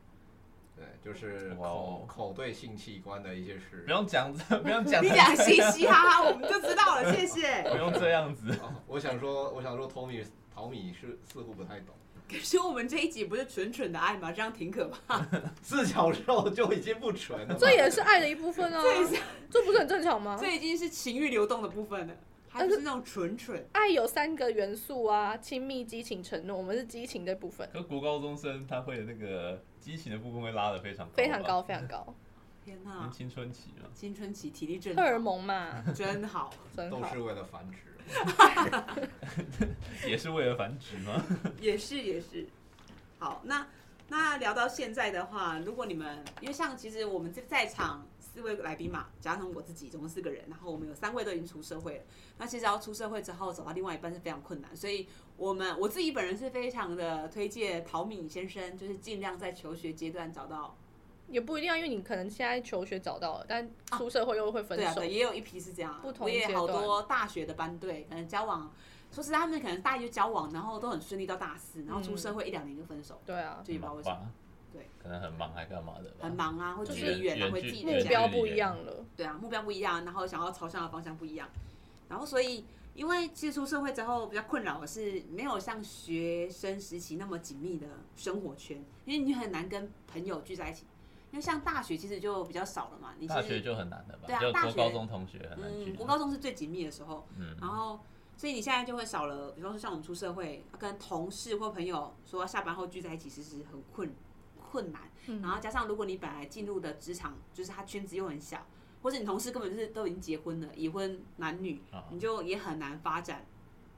Speaker 4: 对，就是
Speaker 1: 哇
Speaker 4: 口
Speaker 1: 哦
Speaker 4: 口对性器官的一些事
Speaker 1: 不。用讲，不用讲
Speaker 2: 你，讲嘻嘻哈哈，我们就知道了，谢谢。
Speaker 1: 不用这样子。
Speaker 4: 哦我想说，我想说，Tommy 淘米是似乎不太懂，
Speaker 2: 可是我们这一集不是纯纯的爱吗？这样挺可怕。
Speaker 4: 四小兽就已经不纯了嘛。
Speaker 3: 这也是爱的一部分啊，
Speaker 2: 这也是，
Speaker 3: 这不是很正常吗？
Speaker 2: 这已经是情欲流动的部分了，还不是那种纯纯。
Speaker 3: 爱有三个元素啊，亲密、激情、承诺，我们是激情的部分，
Speaker 1: 可国高中生他会那个激情的部分会拉得非常高，
Speaker 3: 非常高，，非常高，
Speaker 2: 天
Speaker 1: 因为
Speaker 2: 哪，
Speaker 1: 青春期嘛。
Speaker 2: 青春期体力正
Speaker 3: 嗯荷尔
Speaker 2: 好，
Speaker 3: 蒙嘛，
Speaker 2: 真好。
Speaker 3: 真
Speaker 4: 都
Speaker 3: 好
Speaker 4: 是。为了繁殖。
Speaker 1: 也是为了繁殖吗？
Speaker 2: 也是也是。好，那那聊到现在的话，如果你们因为像其实我们这在场四位来宾嘛，加上我自己，总共四个人，然后我们有三位都已经出社会了。那其实要出社会之后找到另外一半是非常困难，所以我们我自己本人是非常的推荐陶敏先生，就是尽量在求学阶段找到。
Speaker 3: 也不一定啊，因为你可能现在求学找到了，但出社会又会分
Speaker 2: 对啊，
Speaker 3: 手
Speaker 2: 对，。也有一批是这样啊。
Speaker 3: 不同
Speaker 2: 我也
Speaker 3: 阶
Speaker 2: 好
Speaker 3: 段
Speaker 2: 多大学的班队，可能交往，说实在他们可能大一就交往，然后都很顺利到大四，然后出
Speaker 3: 嗯
Speaker 2: 社会一两年就分手，
Speaker 3: 对啊，
Speaker 2: 就也不知道为什么。
Speaker 1: 忙吧
Speaker 2: 对，
Speaker 1: 可能很忙还干嘛的吧？
Speaker 2: 很忙啊，会
Speaker 1: 就
Speaker 2: 距
Speaker 1: 是
Speaker 2: 离远啊，
Speaker 1: 远
Speaker 2: 会
Speaker 1: 距
Speaker 2: 自己
Speaker 1: 对
Speaker 3: 目
Speaker 1: 远
Speaker 2: 的家，
Speaker 3: 标不一样了，
Speaker 2: 对啊，目标不一样，然后想要朝向的方向不一样，然后所以因为其实出社会之后比较困扰的是没有像学生时期那么紧密的生活圈，因为你很难跟朋友聚在一起，因为像大学其实就比较少了嘛，你
Speaker 1: 大
Speaker 2: 其
Speaker 1: 学
Speaker 2: 实
Speaker 1: 就很难了吧？
Speaker 2: 对啊
Speaker 1: 就
Speaker 2: 大
Speaker 1: 国
Speaker 2: 学
Speaker 1: 高中同学很难聚
Speaker 2: 嗯，
Speaker 1: 啊。
Speaker 2: 我高中是最紧密的时候，
Speaker 1: 嗯，
Speaker 2: 然后，所以你现在就会少了，比方说像我们出社会，要跟同事或朋友说要下班后聚在一起，其实很困困难。
Speaker 3: 嗯
Speaker 2: 然后加上如果你本来进入的职场，就是他圈子又很小，或者你同事根本就是都已经结婚了，已婚男女，
Speaker 5: 嗯
Speaker 1: 啊
Speaker 2: 你就也很难发展。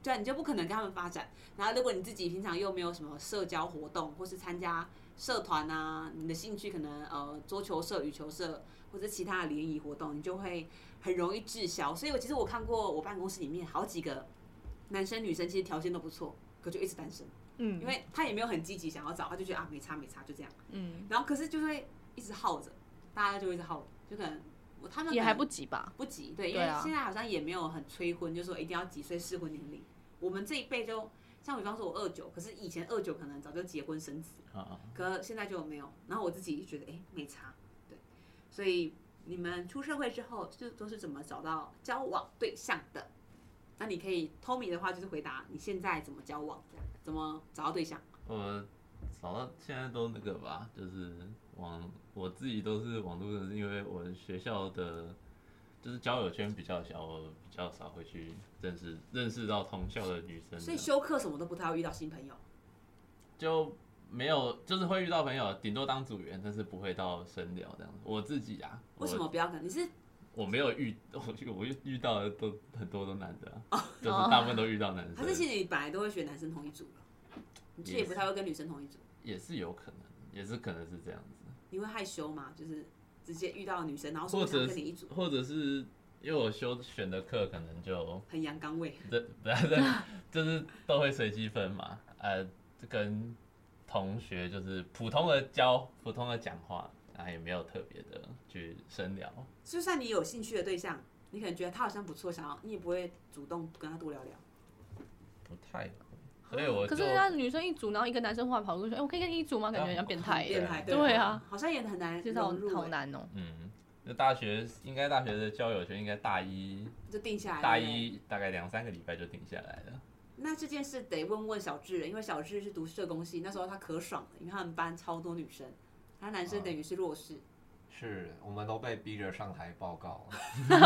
Speaker 2: 对啊，你就不可能跟他们发展。然后，如果你自己平常又没有什么社交活动，或是参加社团啊，你的兴趣可能呃桌球社、羽球社或者其他的联谊活动，你就会很容易滞销。所以我其实我看过我办公室里面好几个男生女生，其实条件都不错，可就一直单身，
Speaker 3: 嗯，
Speaker 2: 因为他也没有很积极想要找，他就觉得啊没差没差就这样。
Speaker 3: 嗯
Speaker 2: 然后可是就会一直耗着，大家就会一直耗着，就可能我他们
Speaker 3: 也
Speaker 2: 可能
Speaker 3: 还不急吧？
Speaker 2: 不急，对，因
Speaker 3: 对
Speaker 2: 为
Speaker 3: 啊
Speaker 2: 现在好像也没有很催婚，就说一定要几岁适婚年龄。我们这一辈就像比方说我二九，可是以前二九可能早就结婚生子，
Speaker 1: 啊，
Speaker 2: 可现在就没有。然后我自己就觉得，哎，没差，对。所以你们出社会之后，就都是怎么找到交往对象的？那你可以 Tommy 的话就是回答你现在怎么交往，这样怎么找到对象？
Speaker 5: 我找到现在都那个吧，就是网我自己都是网络认识，因为我学校的就是交友圈比较小，我比较少会去认识认识到同校的女生这
Speaker 2: 所以
Speaker 5: 样，
Speaker 2: 休克什么都不太会遇到新朋友。
Speaker 5: 就没有就是会遇到朋友，顶多当组员，但是不会到深聊这样子。我自己啊，
Speaker 2: 为什
Speaker 5: 我
Speaker 2: 么不要跟？你是
Speaker 5: 我没有遇 我我遇到的都很多都男的啊、就是大部分都遇到男
Speaker 2: 哦还是
Speaker 5: 生，
Speaker 2: 其实你本来都会选男生同一组了，你自己也不太会跟女生同一组。
Speaker 5: 也是有可能，也是可能是这样子。
Speaker 2: 你会害羞吗？就是直接遇到女生，然后说
Speaker 5: 或
Speaker 2: 我想
Speaker 5: 者
Speaker 2: 跟
Speaker 5: 是
Speaker 2: 你一组，
Speaker 5: 或者是因为我修选的课可能就
Speaker 2: 很阳刚味。
Speaker 5: 这不是 就是都会随机分嘛，呃，跟同学就是普通的交，普通的讲话，然后也没有特别的去深聊，
Speaker 2: 就算你有兴趣的对象，你可能觉得他好像不错，想要你也不会主动跟他多聊聊。
Speaker 1: 不太会，所以我
Speaker 2: 哦
Speaker 3: 可
Speaker 1: 就是
Speaker 3: 人家女生一组，然后一个男生忽然跑出去，哎，我可以跟你一组吗？感觉
Speaker 1: 啊
Speaker 3: 很像变态
Speaker 2: 变
Speaker 3: 耶。
Speaker 2: 态，
Speaker 1: 对
Speaker 3: 对啊，
Speaker 2: 好像也很难
Speaker 3: 其实好
Speaker 2: 融入
Speaker 3: 好
Speaker 2: 欸，
Speaker 3: 难哦。
Speaker 1: 嗯，那大学应该大学的交友圈应该大一
Speaker 2: 就定下来。
Speaker 1: 大
Speaker 2: 对不对，
Speaker 1: 一大概两三个礼拜就定下来了。
Speaker 2: 那这件事得问问小智了，因为小智是读社工系，那时候他可爽了，因为他们班超多女生，他男生等于是弱势。
Speaker 4: 是我们都被逼着上台报告，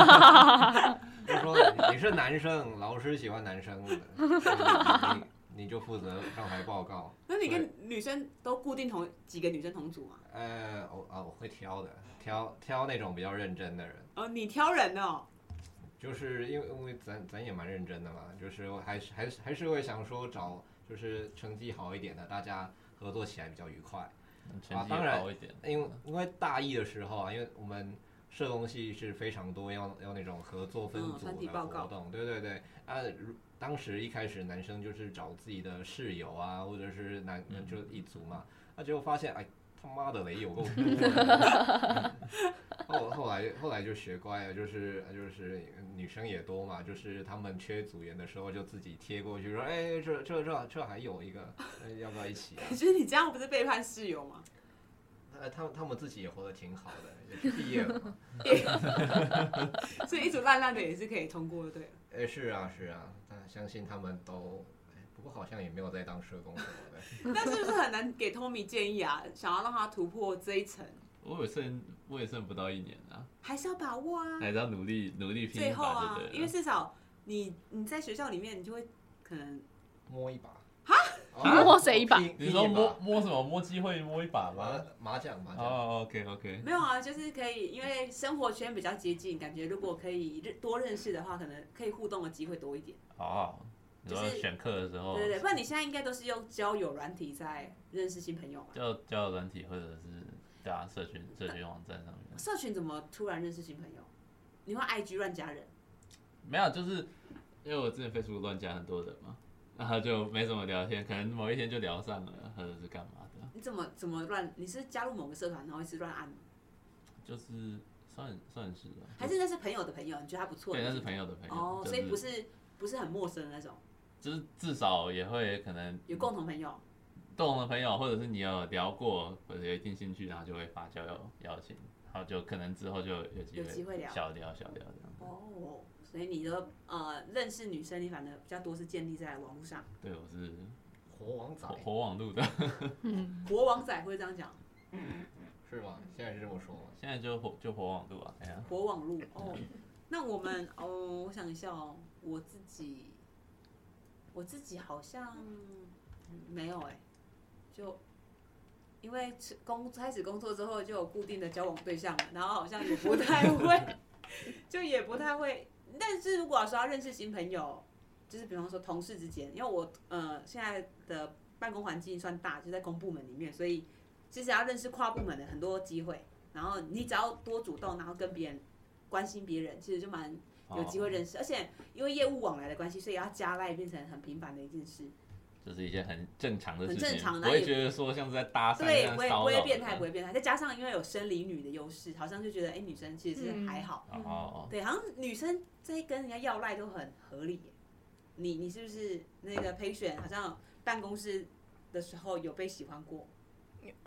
Speaker 4: 就说你是男生，老师喜欢男生的，所以你你就负责上台报告。
Speaker 2: 那你跟女生都固定同几个女生同组吗？
Speaker 4: 呃，我啊我会挑的，挑挑那种比较认真的人，
Speaker 2: 哦，你挑人哦，
Speaker 4: 就是因为因为咱咱也蛮认真的嘛，就是我还是还是还是会想说找就是成绩好一点的，大家合作起来比较愉快。
Speaker 1: 啊
Speaker 6: 成绩
Speaker 4: 当
Speaker 6: 也
Speaker 4: 然
Speaker 6: 高一点。
Speaker 4: 因为因为大一的时候啊，因为我们社工系是非常多要要那种合作分
Speaker 2: 嗯
Speaker 4: 组
Speaker 2: 团体
Speaker 4: 的
Speaker 2: 报
Speaker 4: 活
Speaker 2: 告
Speaker 4: 动，对对对啊。如当时一开始男生就是找自己的室友啊，或者是男
Speaker 6: 嗯
Speaker 4: 就一组嘛，那、结果发现哎他妈的雷有够多。 后后来后来就学乖了，就是就是女生也多嘛，就是他们缺组员的时候就自己贴过去说，哎这这这这还有一个，哎要不要一起啊？
Speaker 2: 可是你这样不是背叛室友吗？
Speaker 4: 呃，他们他们自己也活得挺好的，也是毕业了 嘛。
Speaker 2: 所以一组烂烂的也是可以通过的，对了。
Speaker 4: 哎，是啊是啊，但相信他们都，哎，不过好像也没有在当社工什么的。
Speaker 2: 但是不是很难给 Tommy 建议啊？想要让他突破这一层，
Speaker 1: 我也剩我也剩不到一年啊，
Speaker 2: 还是要把握啊。
Speaker 1: 还是要努力努力拼
Speaker 2: 最
Speaker 1: 一
Speaker 2: 后
Speaker 1: 把
Speaker 2: 啊
Speaker 1: 就，对
Speaker 2: 因为
Speaker 1: 了。
Speaker 2: 至少你你在学校里面，你就会可能
Speaker 1: 嗯
Speaker 4: 摸一把。
Speaker 3: 你 摸谁一把
Speaker 4: 哦拼
Speaker 6: 你说
Speaker 4: 拼一
Speaker 6: 摸摸什么？摸机会摸一把
Speaker 4: 把麻
Speaker 6: 吗？
Speaker 4: 麻将麻将，
Speaker 1: 哦，OK OK，
Speaker 2: 没有啊，就是可以，因为生活圈比较接近，感觉如果可以认多认识的话，可能可以互动的机会多一点。
Speaker 1: 哦，你说
Speaker 2: 就是
Speaker 1: 选课的时候
Speaker 2: 对对对，不然你现在应该都是用交友软体在认识新朋友啊嘛？
Speaker 1: 叫叫软体或者是对啊，社群社群网站上面。
Speaker 2: 社群怎么突然认识新朋友？你会 IG 乱加人？
Speaker 1: 没有，啊就是因为我之前 Facebook 乱加很多人嘛，然后就没怎么聊天，可能某一天就聊上了，或者是干嘛的，
Speaker 2: 你怎么怎么乱？你是加入某个社团，然后一直乱按吗？
Speaker 1: 就是算算是吧。
Speaker 2: 还是那是朋友的朋友？你觉得他不错？
Speaker 1: 对，那
Speaker 2: 你
Speaker 1: 是
Speaker 2: 就
Speaker 1: 朋友的朋友，
Speaker 2: 哦，
Speaker 1: 就
Speaker 2: 所以不是不是很陌生的那种，
Speaker 1: 就是至少也会可能
Speaker 2: 有共同朋友。
Speaker 1: 动的朋友，或者是你有聊过，或者有一定兴趣，然后就会发交友邀请，然后就可能之后就有机
Speaker 2: 有机会聊
Speaker 1: 小聊小聊这样子。
Speaker 2: 哦，所以你的呃认识女生，你反正比较多是建立在网络上。
Speaker 1: 对，我是
Speaker 4: 活王仔
Speaker 1: 火火网路的，
Speaker 3: 嗯，
Speaker 2: 国王仔会这样讲，
Speaker 4: 是吗？现在是这么说吗？
Speaker 1: 现在就火就火网路啊，哎呀，
Speaker 2: 国网路哦。那我们哦，我想一下哦，我自己，我自己好像嗯没有哎、就因为吃工开始工作之后就有固定的交往对象了，然后好像也不太会，就也不太会。但是如果说要认识新朋友，就是比方说同事之间，因为我呃现在的办公环境算大，就在公部门里面，所以其实要认识跨部门的很多机会。然后你只要多主动，然后跟别人关心别人，其实就蛮有
Speaker 1: 哦
Speaker 2: 机会认识。而且因为业务往来的关系，所以要加赖变成很频繁的一件事。
Speaker 1: 就是一件很正常的事
Speaker 2: 很
Speaker 1: 情，
Speaker 2: 正常
Speaker 1: 不
Speaker 2: 的
Speaker 1: 会觉得说像是在搭讪
Speaker 2: 对，
Speaker 1: 这样
Speaker 2: 不会不
Speaker 1: 骚
Speaker 2: 会
Speaker 1: 扰
Speaker 2: 变
Speaker 1: 的
Speaker 2: 态，不会变态。再加上因为有生理女的优势，好像就觉得哎、女生其实是还好。
Speaker 1: 哦哦，
Speaker 2: 对，好像女生在跟人家要赖都很合理耶。你你是不是那个陪选？好像办公室的时候有被喜欢过，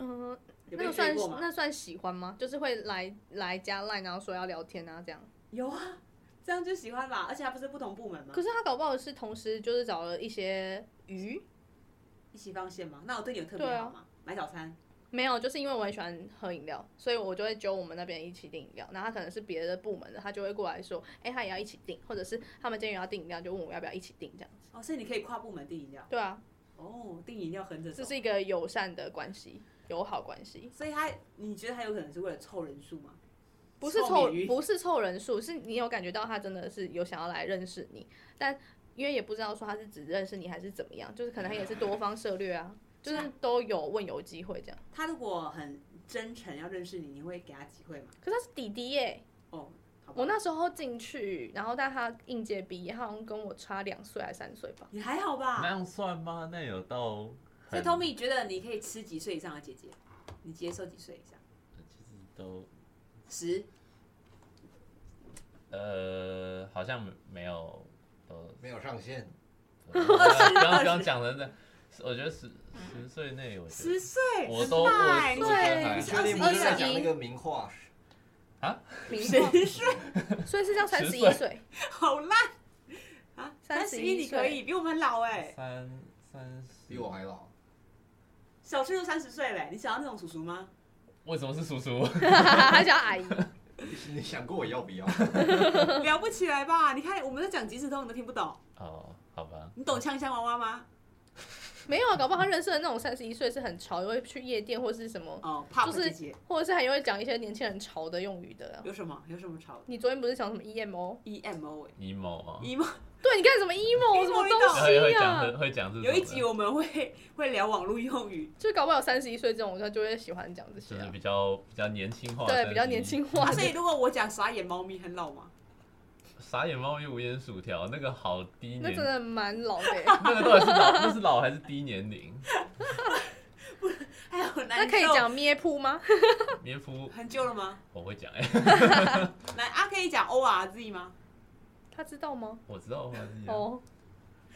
Speaker 3: 嗯，
Speaker 2: 有被
Speaker 3: 那个
Speaker 2: 追
Speaker 3: 算
Speaker 2: 过吗？
Speaker 3: 那算喜欢吗？就是会来来加 line，然后说要聊天啊这样。
Speaker 2: 有啊，这样就喜欢吧。而且还不是不同部门吗？
Speaker 3: 可是他搞不好是同时就是找了一些鱼，
Speaker 2: 一起放线吗？那我对你有特别
Speaker 3: 对啊
Speaker 2: 好吗？买早餐。
Speaker 3: 没有，就是因为我很喜欢喝饮料，所以我就会揪我们那边一起订饮料。然后他可能是别的部门的，他就会过来说，哎、他也要一起订，或者是他们今天也要订饮料，就问我要不要一起订这样子。
Speaker 2: 哦，所以你可以跨部门订饮料。
Speaker 3: 对啊，
Speaker 2: 哦，订饮料横着走
Speaker 3: 这。是一个友善的关系，友好关系，
Speaker 2: 所以他，你觉得他有可能是为了凑人数吗？
Speaker 3: 不是
Speaker 2: 凑
Speaker 3: 凑
Speaker 2: 鲤鱼
Speaker 3: 不是凑人数，是你有感觉到他真的是有想要来认识你，但因为也不知道说他是只认识你还是怎么样，就是可能他也是多方策略啊，就是都有问有机会这样。
Speaker 2: 他如果很真诚要认识你，你会给他机会吗？
Speaker 3: 可是他是弟弟耶、
Speaker 2: 哦，好吧
Speaker 3: 我，那时候进去，然后但他应届毕业，他好像跟我差两岁还三岁吧。
Speaker 2: 你还好
Speaker 1: 那
Speaker 2: 吧？
Speaker 1: 样算吗？那有到
Speaker 2: 嗯所
Speaker 1: 很
Speaker 2: 以 Tommy 觉得你可以吃几岁以上的姐姐，你接受几岁以上？
Speaker 1: 呃其实都
Speaker 2: 十，
Speaker 1: 呃，好像没有都
Speaker 4: 没有上线，
Speaker 1: 不用不用讲了，那我觉得十十岁内，我觉得
Speaker 2: 十岁，
Speaker 1: 我都我
Speaker 2: 很
Speaker 1: 我
Speaker 2: 大
Speaker 1: 觉
Speaker 2: 欸
Speaker 3: 哎
Speaker 1: 得还
Speaker 2: 你是
Speaker 4: 你哎确定不
Speaker 2: 21
Speaker 4: 是在讲
Speaker 3: 了
Speaker 4: 那个名画？
Speaker 3: 名
Speaker 2: 十
Speaker 3: 画，
Speaker 2: 岁，
Speaker 3: 所以是叫三十一
Speaker 1: 10
Speaker 3: 岁，
Speaker 2: 好烂啊！三
Speaker 3: 31
Speaker 2: 十一你可以，比我们老哎，
Speaker 1: 三三十
Speaker 4: 比我还老。
Speaker 2: 小旭都三十岁嘞，你想要那种叔叔吗？
Speaker 1: 为什么是叔叔？
Speaker 3: 他叫阿姨。
Speaker 4: 你想过我要不要？
Speaker 2: 聊不起来吧？你看我们在讲即时通，你都听不懂，
Speaker 1: 哦，好吧，
Speaker 2: 你懂锵锵娃娃吗？
Speaker 3: 没有啊，搞不好他认识的那种三十一岁是很潮，也会去夜店或是什么，
Speaker 2: 哦，Pop
Speaker 3: 就是
Speaker 2: 姐姐
Speaker 3: 或者是还会讲一些年轻人潮的用语的啊。
Speaker 2: 有什么有什么潮
Speaker 3: 你昨天不是讲什么 emo？
Speaker 2: ？EMO 哎
Speaker 1: 你某啊，
Speaker 2: ，emo E
Speaker 3: 对，你干什么 emo 什么东
Speaker 2: emo
Speaker 3: 西
Speaker 1: 会会讲
Speaker 3: 啊
Speaker 1: 的，会讲这种的
Speaker 2: 有一集我们会 会聊网络用语，
Speaker 3: 就搞不好三十一岁这种，我就会喜欢讲这些
Speaker 1: 就是
Speaker 3: 啊、
Speaker 1: 比较比较年轻化，
Speaker 3: 对，比较年。轻化
Speaker 2: 啊、
Speaker 3: 的
Speaker 2: 所。以如果我讲傻眼猫咪很老吗？
Speaker 1: 傻眼猫咪无眼薯条那个好低
Speaker 3: 那
Speaker 1: 年，
Speaker 3: 真，的蛮老的欸
Speaker 1: 那个到底是老，那是老还是低年龄？
Speaker 2: 还有 难
Speaker 3: 那可以讲咩噗吗？
Speaker 1: 棉夫
Speaker 2: 很旧了吗？
Speaker 1: 我会讲哎，
Speaker 2: 那啊可以讲 O R Z 吗？
Speaker 3: 他知道吗？
Speaker 1: 我知道我自己
Speaker 3: 哦，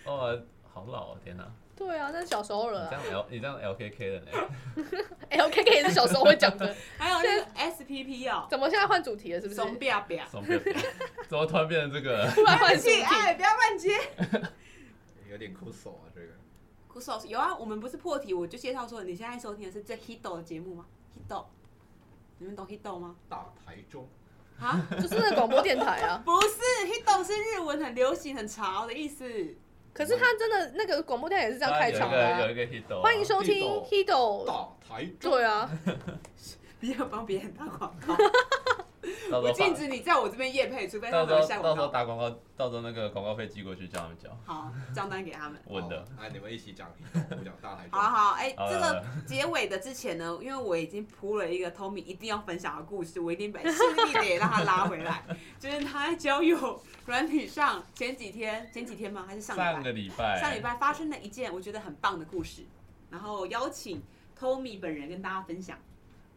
Speaker 1: 哦，好老哦，天哪！
Speaker 3: 对啊，那是小时候
Speaker 1: 你
Speaker 3: 了
Speaker 1: 这
Speaker 3: 啊。
Speaker 1: 样 L 你这样 LKK 了呢？
Speaker 3: L K K 也是小时候会讲的，
Speaker 2: 还有那个 S P P 哦，啊
Speaker 3: 怎么现在换主题了？是不是？
Speaker 2: 怂吧吧，
Speaker 1: 怎么变怎么突然变成这个？
Speaker 3: 突然换主
Speaker 2: 性
Speaker 3: 题，
Speaker 2: 爱哎不要乱接。
Speaker 4: 有点酷手啊，这个。
Speaker 2: 酷手有啊，我们不是破题，我就介绍说你现在收听的是最 hit 的节目吗？hit，你们懂 hit 吗？
Speaker 4: 大台中，
Speaker 2: 啊，
Speaker 3: 就是那个广播电台啊。
Speaker 2: 不是 hit 是日文很流行很潮的意思。
Speaker 3: 可是他真的那个广播电台也是这样开场的
Speaker 1: 当然有
Speaker 3: 啊。
Speaker 1: 一个有一个 hit，哦
Speaker 3: 欢迎收听 Hido。
Speaker 4: 大台中，
Speaker 3: 对啊，
Speaker 2: 不要帮别人打广告，
Speaker 1: 到
Speaker 2: 我
Speaker 1: 时候
Speaker 2: 禁止你在我这边夜配，除非他
Speaker 1: 到
Speaker 2: 们
Speaker 1: 时
Speaker 2: 有
Speaker 1: 候
Speaker 2: 下
Speaker 1: 到
Speaker 2: 广
Speaker 1: 时候
Speaker 2: 告。
Speaker 1: 打广告，到时候那个广告费寄过去叫他们交，
Speaker 2: 好，账单给他们。
Speaker 1: 稳的
Speaker 4: 好。。哎，你们一起讲一刀，我讲大 台
Speaker 2: 好
Speaker 3: 啊
Speaker 4: 中。
Speaker 2: 好，哎、
Speaker 1: 好了好
Speaker 2: 这个
Speaker 1: 了
Speaker 2: 结尾的之前呢，因为我已经铺了一个 Tommy 一定要分享的故事，我一定把势必得让他拉回 来。就是他在交友软体上前几天，前几天吗？还是上礼
Speaker 1: 上
Speaker 2: 拜？
Speaker 1: 个礼拜，
Speaker 2: 上礼拜发生了一件我觉得很棒的故事，然后邀请 Tommy 本人跟大家分享。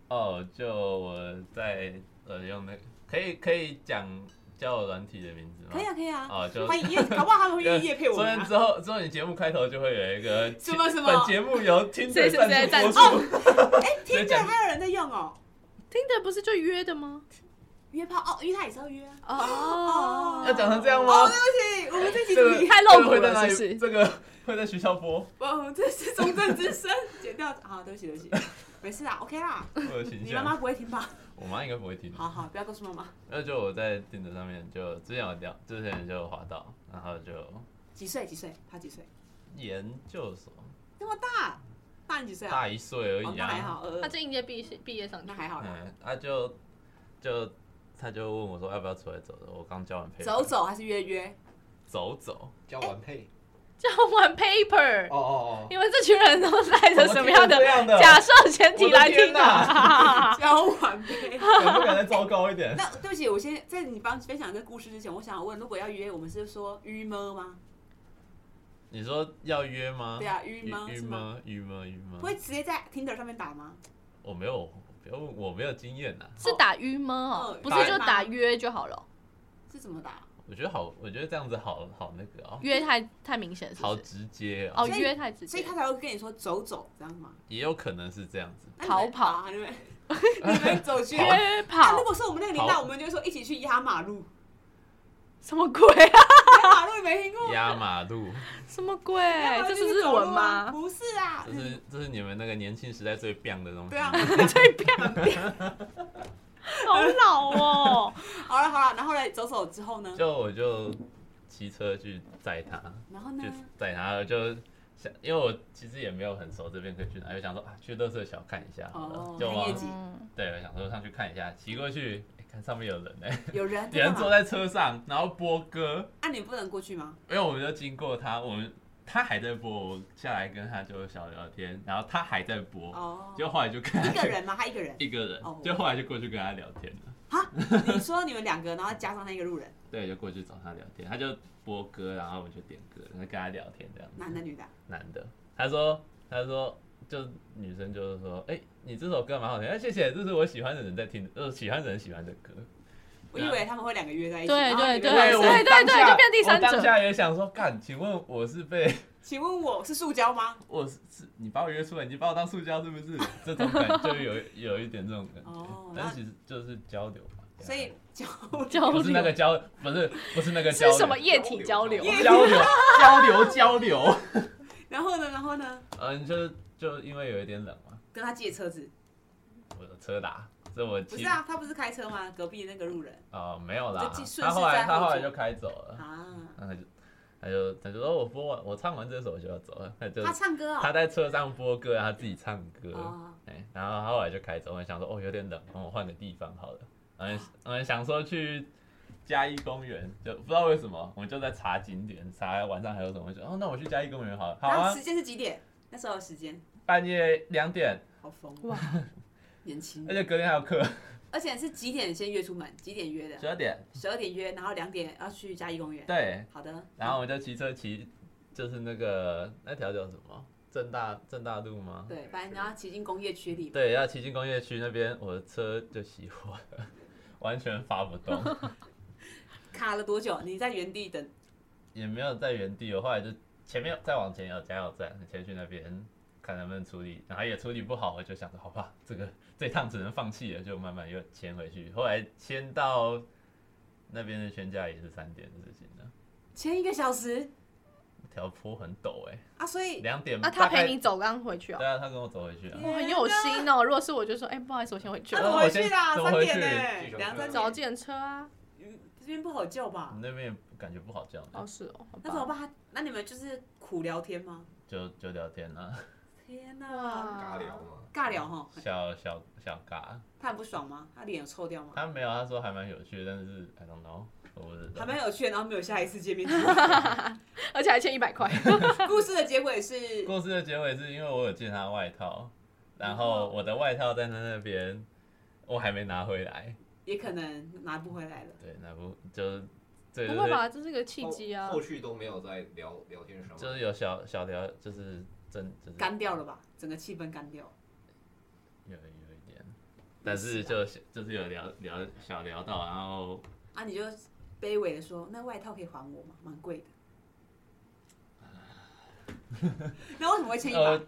Speaker 1: 哦，就我在呃用那可以可以讲交友软体的名字吗？
Speaker 2: 可以啊，可以啊，
Speaker 1: 哦，就
Speaker 2: 欢迎夜，搞不好他们会愿意夜配我
Speaker 1: 昨
Speaker 2: 们、
Speaker 1: 天
Speaker 2: 啊。
Speaker 1: 之后，之后你节目开头就会有一个
Speaker 2: 什么什么
Speaker 1: 本节目由听
Speaker 3: 谁
Speaker 1: 者
Speaker 3: 谁谁
Speaker 1: 赞助
Speaker 3: 赞
Speaker 1: 播出，
Speaker 2: 哎，听
Speaker 1: 直接
Speaker 2: 着
Speaker 1: 讲
Speaker 2: 还有人在用哦，
Speaker 3: 听的不是就约的吗？
Speaker 2: 约炮哦，因为他也是要约啊。
Speaker 3: 哦，
Speaker 1: 要讲成这样吗？
Speaker 2: 哦，对不起，我们这集
Speaker 1: 这个
Speaker 2: 主题
Speaker 3: 太露
Speaker 1: 这个
Speaker 3: 骨了
Speaker 1: 会在哪里
Speaker 3: 是不是
Speaker 1: 这个会在学校播，
Speaker 2: 哦，这是中正之声，剪掉。好，对不起，对不起，没事啦，OK 啦。
Speaker 1: 我的形
Speaker 2: 你妈妈
Speaker 1: 象。
Speaker 2: 不会听吧？
Speaker 1: 我妈应该不会听。
Speaker 2: 好好，不要告诉妈妈。
Speaker 1: 那就我在钉子上面就之前有聊，之前就有滑到，然后就
Speaker 2: 几岁？几岁？他几岁？
Speaker 1: 研究所
Speaker 2: 那么大，大你几岁啊？
Speaker 1: 大一岁而
Speaker 2: 哦，
Speaker 1: 已
Speaker 2: 那还
Speaker 1: 啊，
Speaker 2: 好，呃
Speaker 3: 他，这应届毕业毕业上去
Speaker 2: 那，还好啦。
Speaker 1: 嗯，他就就他就问我说要不要出来走走，我刚交完配
Speaker 2: 走走还是约约？
Speaker 1: 走走，
Speaker 4: 交完配。
Speaker 3: 叫玩 paper。
Speaker 4: 哦哦
Speaker 3: 你们这群人都带着什么样的
Speaker 1: 怎么可以这样的
Speaker 3: 假设前提来听啊？
Speaker 2: 交 完呗。
Speaker 1: 敢不敢再糟糕一 点？
Speaker 2: 那对不起，我先在你帮分享这个故事之前，我想问，如果要约，我们是说约么吗？
Speaker 1: 你说要约吗？
Speaker 2: 对啊，约么
Speaker 1: 约
Speaker 2: 是吗？
Speaker 1: 吗？约吗？约吗？
Speaker 2: 会直接在 Tinder 上面打吗？
Speaker 1: 我没有，不要问我没有经验呐。 啊
Speaker 3: 是打晕吗？哦
Speaker 2: 嗯，
Speaker 3: 不是就打约就好了哦，
Speaker 2: 是怎么打？
Speaker 1: 我觉得好，我觉得这样子好好那个哦，
Speaker 3: 约太太明显是
Speaker 1: 好
Speaker 3: 不是？
Speaker 1: 直接哦，
Speaker 3: 哦，
Speaker 2: 所以
Speaker 3: 约太直
Speaker 2: 所以
Speaker 3: 接
Speaker 2: 他。才会跟你说走走，这样吗？
Speaker 1: 也有可能是这样子。
Speaker 2: 那你们
Speaker 3: 逃跑
Speaker 2: 啊你们 你们走 去。
Speaker 3: 约
Speaker 2: 啊，
Speaker 3: 跑
Speaker 2: 如果是我们那个年代，
Speaker 1: 跑
Speaker 2: 我们就会说一起去压马 路。
Speaker 3: 什么鬼啊？
Speaker 2: 压马路你没听过？
Speaker 1: 压马路，
Speaker 3: 什么鬼
Speaker 2: 压马？路
Speaker 3: 哎这
Speaker 2: 就是
Speaker 3: 日
Speaker 2: 走路啊
Speaker 3: 文吗？
Speaker 2: 不是啊，
Speaker 1: 这是这是你们那个年轻时代最 biang 的东西。
Speaker 2: 对啊。
Speaker 3: 好老 哦！
Speaker 2: 好了好了，然后嘞，走走之后呢？
Speaker 1: 就我就骑车去载他，
Speaker 2: 然后
Speaker 1: 就
Speaker 2: 呢？
Speaker 1: 载他，就想，因为我其实也没有很熟这边可以去哪，就想说啊，去乐色小看一下好了，
Speaker 2: 哦
Speaker 1: 就
Speaker 2: 看
Speaker 1: 往
Speaker 2: 夜景
Speaker 3: 嗯
Speaker 1: 对，我想说上去看一下，骑过去、哎看上面有 人哎、
Speaker 2: 有人
Speaker 1: 有人坐
Speaker 2: 在
Speaker 1: 在车上，然后播歌，
Speaker 2: 干嘛，啊，你不能过去吗？
Speaker 1: 因为我们就经过他，我们他还在播，我下来跟他就小聊天，然后他还在播，
Speaker 2: 哦，
Speaker 1: 就后来就看
Speaker 2: 一个人吗？他一个人
Speaker 1: 。一个人
Speaker 2: 哦，
Speaker 1: 就后来就过去跟他聊天了。
Speaker 2: 你说你们两个，然后加上那一个路人，
Speaker 1: 对，就过去找他聊天，他就播歌，然后我们就点歌，然后跟他聊天这样子。
Speaker 2: 男的女的？啊
Speaker 1: 男的，他说，他说，就女生就是说，哎、你这首歌蛮好听，哎、谢谢，这是我喜欢的人在听的，呃，喜欢的人喜欢的歌。
Speaker 2: 我以为他们会两个约在一起。
Speaker 3: 对
Speaker 2: 然后你们
Speaker 3: 对啊
Speaker 2: 会
Speaker 3: 对
Speaker 1: 啊我
Speaker 2: 说
Speaker 3: 对
Speaker 1: 当下
Speaker 3: 就变第三者
Speaker 1: 我当下也想说，干，请问我是被
Speaker 2: 请问我是塑胶吗？
Speaker 1: 我是是你把我约出来，你把我当塑胶是不是？ 这种感觉就有有一点这种感觉，
Speaker 2: 哦
Speaker 1: 但
Speaker 2: 那
Speaker 1: 其实就是交流嘛。对啊
Speaker 2: 所以交
Speaker 3: 交
Speaker 1: 不是那个
Speaker 3: 流
Speaker 1: 交，不是不是那个交流，
Speaker 3: 是什么液体交流？
Speaker 2: 液
Speaker 1: 交流交流交流？
Speaker 2: 然后呢？然后呢？
Speaker 1: 嗯，就是就因为有一点冷嘛，
Speaker 2: 跟他借车子？
Speaker 1: 我的车打，所以我
Speaker 2: 不
Speaker 1: 骑
Speaker 2: 是啊，他不是开车吗？隔壁那个路人
Speaker 1: 啊、没有啦
Speaker 2: 就继，顺势
Speaker 1: 他后来
Speaker 2: 在后
Speaker 1: 他后来
Speaker 2: 座
Speaker 1: 就开走了，
Speaker 2: 啊。
Speaker 1: 然后他就他就他就说我播完我唱完这首就要走了，他就
Speaker 2: 他唱歌
Speaker 1: 他
Speaker 2: 哦。
Speaker 1: 在车上播歌，然后他自己唱歌，哎、
Speaker 2: 哦
Speaker 1: 然后他
Speaker 2: 哦
Speaker 1: 后来就开走，我想说哦有点冷，那我换个地方好了，然后然后想说去嘉义公园，就不知道为什么，我们就在查景点，查晚上还有什么，就哦，那我去嘉义公园好了，好
Speaker 2: 然后
Speaker 1: 啊
Speaker 2: 时，间是几点？那时候的时间
Speaker 1: 半夜两点，
Speaker 2: 好疯
Speaker 3: 哇，
Speaker 2: 年轻
Speaker 1: 而，且隔天还有课，
Speaker 2: 而且是几点先约出门？几点约
Speaker 1: 十
Speaker 2: 的？
Speaker 1: 二点，
Speaker 2: 十二点约，然后两点要去嘉义公园。
Speaker 1: 对，
Speaker 2: 好的，
Speaker 1: 然后我就骑车骑，就是那个那条叫什么正大正大路吗？
Speaker 2: 对，反正然后骑进工业区里，
Speaker 1: 对，要骑进工业区那边，我的车就熄火了， 完全发不动，
Speaker 2: 卡了多久？你在原地等，
Speaker 1: 也没有在原地，我后来就前面再往前有加油站，先去那边看能不能处理，然后也处理不好，我就想着好吧，这个这趟只能放弃了，就慢慢又迁回去，后来迁到那边的全家也是三点的事情了，
Speaker 2: 前一个小时
Speaker 1: 那条坡很陡哎、
Speaker 2: 啊，所以
Speaker 1: 两点
Speaker 3: 那
Speaker 1: 大
Speaker 3: 他
Speaker 1: 概
Speaker 3: 陪你走刚回去哦
Speaker 1: 对，啊，他跟我走回去啊。
Speaker 3: 哇，很有心哦。如果是我就说，哎，不好意思，我先回去
Speaker 2: 啊，
Speaker 1: 那
Speaker 2: 怎
Speaker 1: 我
Speaker 2: 么
Speaker 3: 了，
Speaker 2: 回去啦？
Speaker 1: 怎么
Speaker 2: 三
Speaker 1: 回去
Speaker 2: 点呢？
Speaker 4: 这种
Speaker 2: 两三
Speaker 3: 找
Speaker 2: 点，
Speaker 3: 检车啊。
Speaker 2: 嗯这边不好叫
Speaker 1: 我
Speaker 2: 吧
Speaker 1: 们？那边也感觉不好叫
Speaker 3: 哦，
Speaker 1: 呢，
Speaker 3: 是哦，好
Speaker 2: 那怎么
Speaker 3: 吧。
Speaker 2: 办？那你们就是苦聊天吗？
Speaker 1: 就就聊天啊，
Speaker 2: 天
Speaker 3: 哇
Speaker 2: 哪，
Speaker 4: 尬聊嘛，
Speaker 2: 尬聊哈，
Speaker 1: 小小小尬。
Speaker 2: 他很不爽吗？他脸有臭掉吗？
Speaker 1: 他没有，他说还蛮有趣的，但是 I don't know，我不知道。
Speaker 2: 还蛮有趣的，然后没有下一次 见面。
Speaker 3: 而且还欠一百块。
Speaker 2: 故事的结尾是
Speaker 1: 故事的结尾是因为我有借他外套，然后我的外套在他那边，我还没拿回来。
Speaker 2: 也可能拿不回来了。
Speaker 1: 对，那不就是这
Speaker 3: 不
Speaker 1: 就
Speaker 3: 会
Speaker 1: 是
Speaker 3: 吧？这是个契机啊
Speaker 4: 后。后续都没有在聊聊天什么，
Speaker 1: 就是有小小聊，就是真就是
Speaker 2: 干掉了吧，整个气氛干掉。
Speaker 1: 有有一点，但是就就是有聊聊小聊到，然后
Speaker 2: 啊，你就卑微的说，那外套可以还我吗？蛮贵的。 那为什么会欠一百？
Speaker 1: 呃，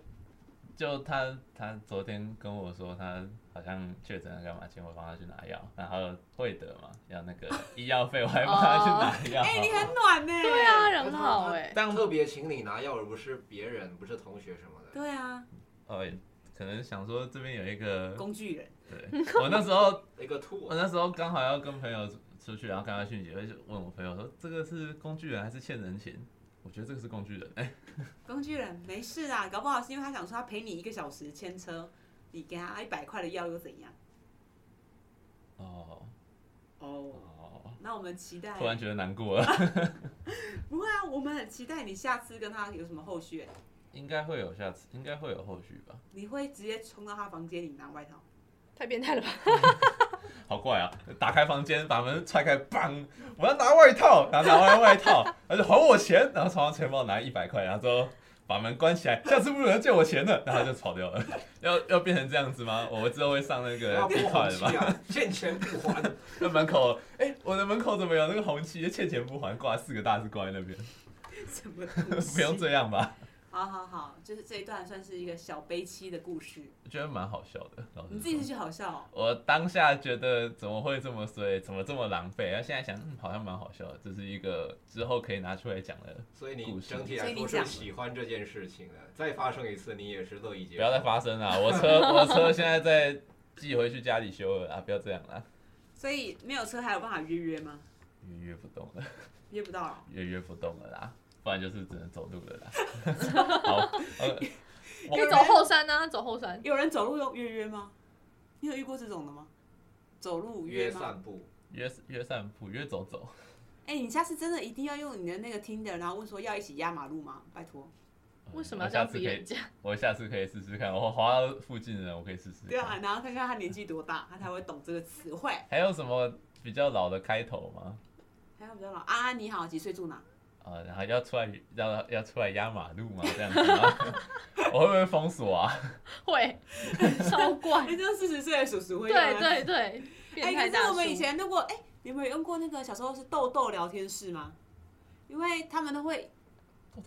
Speaker 1: 就他他昨天跟我说他好像确诊了干嘛，请我帮他去拿药，然后会得嘛，要那个医药费，我还帮他去拿药。
Speaker 2: 哎、你很暖呢、
Speaker 3: 对啊，人好哎。
Speaker 4: 但特别请你拿药，而不是别人，不是同学什么的。
Speaker 2: 对啊，
Speaker 1: 哦，可能想说这边有一个，
Speaker 2: 工具人。
Speaker 1: 对我那时候
Speaker 4: 一个
Speaker 1: 我
Speaker 4: tour，
Speaker 1: 那时候刚好要跟朋友出去，然后刚刚讯姐就问我朋友说这个是工具人还是欠人钱？我觉得这个是工具人，哎、
Speaker 2: 工具人没事啊，搞不好是因为他想说他陪你一个小时牵车，你给他一百块的药又怎样？
Speaker 1: 哦
Speaker 2: 哦，
Speaker 1: 哦，
Speaker 2: 那我们期待
Speaker 1: 突。然觉得难过 了，
Speaker 2: 不会啊，我们很期待你下次跟他有什么后续欸、
Speaker 1: 应该会有下次，应该会有后续吧？
Speaker 2: 你会直接冲到他房间里拿外套？
Speaker 3: 太变态了吧！
Speaker 1: 好怪啊！打开房间，把门踹开，砰！我要拿外套，然后拿完外套， 他就还我钱，然后从他钱包拿一百块，然后说把门关起来，下次不准借我钱了，然后就跑掉了。 要要变成这样子吗？我之后会上那个
Speaker 4: 要不
Speaker 1: 地块
Speaker 4: 红
Speaker 1: 的
Speaker 4: 气
Speaker 1: 吧？
Speaker 4: 啊，欠钱不还，
Speaker 1: 那门口，哎、我的门口怎么有那个红旗？欠钱不还，挂四个大字挂在那边，
Speaker 2: 什么东西？
Speaker 1: 不用这样吧？
Speaker 2: 好好好，就是这一段算是一个小悲戚的故事。
Speaker 1: 我觉得蛮好笑的，老
Speaker 2: 你
Speaker 1: 实
Speaker 2: 自己
Speaker 1: 说。
Speaker 2: 去好笑、哦，
Speaker 1: 我当下觉得怎么会这么衰，怎么这么狼狈？然后现在想，嗯，好像蛮好笑的，这是一个之后可以拿出来讲的
Speaker 4: 所以你
Speaker 1: 故事
Speaker 4: 整体来说是喜欢这件事情的。再发生一次，你也是乐意接受。
Speaker 1: 不要再发生了，我 车我车现在在寄回去家里修了啊，不要这样啦，
Speaker 2: 所以没有车还有办法约约吗？
Speaker 1: 约约不动了，
Speaker 2: 约不到哦了，
Speaker 1: 约约不动了啦， 不然就是只能走路 了啦。好，呃
Speaker 3: 可以走后山啊，走后山。
Speaker 2: 有人走路用约约吗？你有遇过这种的吗？走路
Speaker 4: 约
Speaker 2: 吗？
Speaker 4: 散步，
Speaker 1: 约约散步，约走走，
Speaker 2: 哎、你下次真的一定要用你的那个 Tinder，然后问说要一起压马路吗？拜托。
Speaker 3: 为什
Speaker 1: 嗯
Speaker 3: 么
Speaker 1: 我
Speaker 3: 要这样
Speaker 1: 下
Speaker 3: 子
Speaker 1: 次可
Speaker 3: 演
Speaker 1: 以，
Speaker 3: 讲？
Speaker 1: 我下次可以试试看，我滑到附近的人，我可以试试。
Speaker 2: 对啊，，然后看看他年纪多大，他才会懂这个词汇。
Speaker 1: 还有什么比较老的开头吗？
Speaker 2: 还有比较老啊，你好，几岁住哪？
Speaker 1: 啊，然后要出来要要出来压马路吗？这样子 吗？ 我会不会封锁啊？
Speaker 3: 会，超怪。
Speaker 2: 哎，这四十岁的叔叔会用
Speaker 3: 对
Speaker 2: 啊。
Speaker 3: 对对，变
Speaker 2: 哎、
Speaker 3: 态
Speaker 2: 可是
Speaker 3: 大
Speaker 2: 我
Speaker 3: 叔。
Speaker 2: 们以前如果哎、你们有用过那个小时候是豆豆聊天室吗？因为他们都会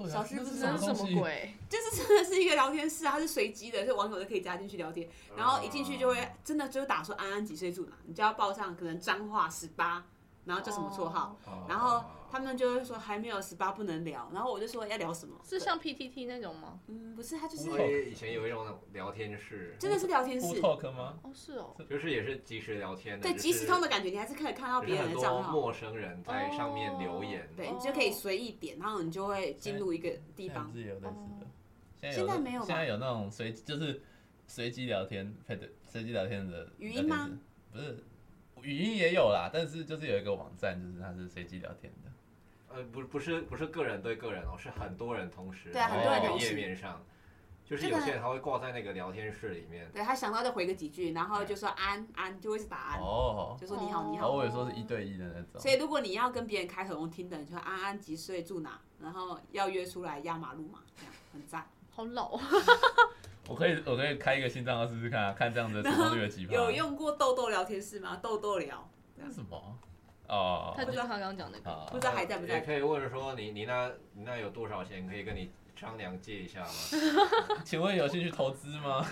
Speaker 2: 小吃
Speaker 1: 这
Speaker 2: 不
Speaker 1: 是
Speaker 2: 知
Speaker 1: 什
Speaker 3: 这
Speaker 1: 么
Speaker 3: 是
Speaker 1: 东
Speaker 3: 什
Speaker 1: 西
Speaker 3: 么？鬼？
Speaker 2: 就是真的是一个聊天室啊，它是随机的，所以网友都可以加进去聊天。
Speaker 4: 哦
Speaker 2: 然后一进去就会真的就打说安安几岁住哪，你就要报上可能脏话十八，然后叫什么绰号，
Speaker 4: 哦，
Speaker 2: 然后他们就会说还没有十八不能聊，然后我就说要聊什么，
Speaker 3: 哦是像 PTT 那种吗？
Speaker 2: 嗯不是，他就是
Speaker 4: 所以以前有一种聊天室，
Speaker 2: 真的是聊天
Speaker 1: Full
Speaker 2: 室，
Speaker 1: talk 吗？
Speaker 3: 哦，是哦，
Speaker 4: 就是也是即时聊天的，
Speaker 2: 对
Speaker 4: 只是
Speaker 2: 即时通的感觉，你还是可以看到
Speaker 4: 只
Speaker 2: 别
Speaker 4: 是
Speaker 2: 人
Speaker 4: 很
Speaker 2: 的
Speaker 4: 多
Speaker 2: 账号，
Speaker 4: 陌生人在上面留言，
Speaker 2: 对你就可以随意点，然后你就会进入一个地方。
Speaker 1: 是有类似的
Speaker 3: 哦，
Speaker 1: 现
Speaker 2: 现在没有吧
Speaker 1: 现在有那种随就是随机聊天配对随机聊天的
Speaker 2: 语音吗
Speaker 1: 聊天室？不是语音也有啦，但是就是有一个网站，就是它是随机聊天的。
Speaker 4: 呃，不，不是不是个人对个人哦，是很多人同时
Speaker 2: 对啊
Speaker 4: 然
Speaker 1: 很
Speaker 4: 后
Speaker 1: 多人
Speaker 4: 那个
Speaker 2: 同时
Speaker 4: 页面上，就是
Speaker 2: 这个
Speaker 4: 有些人他会挂在那个聊天室里面，
Speaker 2: 对他想到就回个几句，然后就说安安，就会是答案，
Speaker 1: 哦，
Speaker 2: 啊就说你好你
Speaker 1: 然
Speaker 2: 好
Speaker 1: 后。我有时候是一对一的那种
Speaker 2: 所。以如果你要跟别人开口用听的，你就说安安几岁住哪，然后要约出来压马路嘛，这样很赞。
Speaker 3: 好老哦，
Speaker 1: 我可以，我可以开一个新账号试试看、啊，看这样 子的成功率有几趴。
Speaker 2: 有用过豆豆聊天室吗？豆豆聊，
Speaker 1: 那是什么？哦，
Speaker 3: 他就是他刚刚讲那个，
Speaker 1: 啊
Speaker 2: 不知道还在不在
Speaker 4: 也可以问说你你那你那有多少钱，可以跟你商量借一下吗？
Speaker 1: 请问有兴趣投资吗？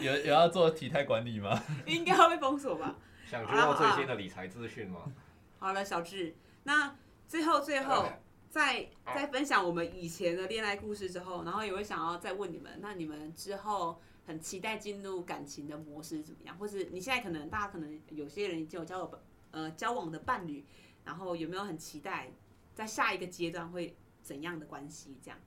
Speaker 1: 有有要做体态管理吗？
Speaker 2: 应该会被封锁吧？
Speaker 4: 想知道最新
Speaker 2: 啊
Speaker 4: 的理财资讯吗？
Speaker 2: 好了，小智，那最后最后在在分享我们以前的恋爱故事之后，然后也会想要再问你们，那你们之后很期待进入感情的模式怎么样？或是你现在可能大家可能有些人已经有交友伴呃交往的伴侣，然后有没有很期待在下一个阶段会怎样的关系这样？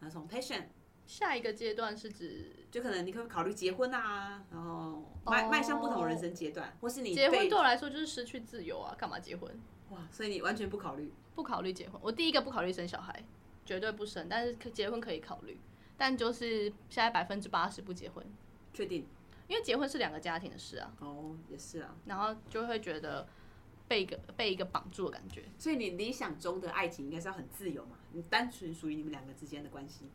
Speaker 2: 然后从 patient
Speaker 3: 下一个阶段是指
Speaker 2: 就可能你可以考虑结婚啊，然后迈
Speaker 3: 哦
Speaker 2: 迈向不同人生阶段，或是你
Speaker 3: 结婚
Speaker 2: 被
Speaker 3: 对我来说就是失去自由啊，干嘛结婚？
Speaker 2: 哇，所以你完全不考虑
Speaker 3: 不考虑结婚，我第一个不考虑生小孩，绝对不生，但是可结婚可以考虑，但就是现在百分之八十不结婚，
Speaker 2: 确定
Speaker 3: 因为结婚是两个家庭的事啊，
Speaker 2: 哦，也是啊，
Speaker 3: 然后就会觉得被一个被一个绑住的感觉，
Speaker 2: 所以你理想中的爱情应该是要很自由嘛，你单纯属于你们两个之间的关系。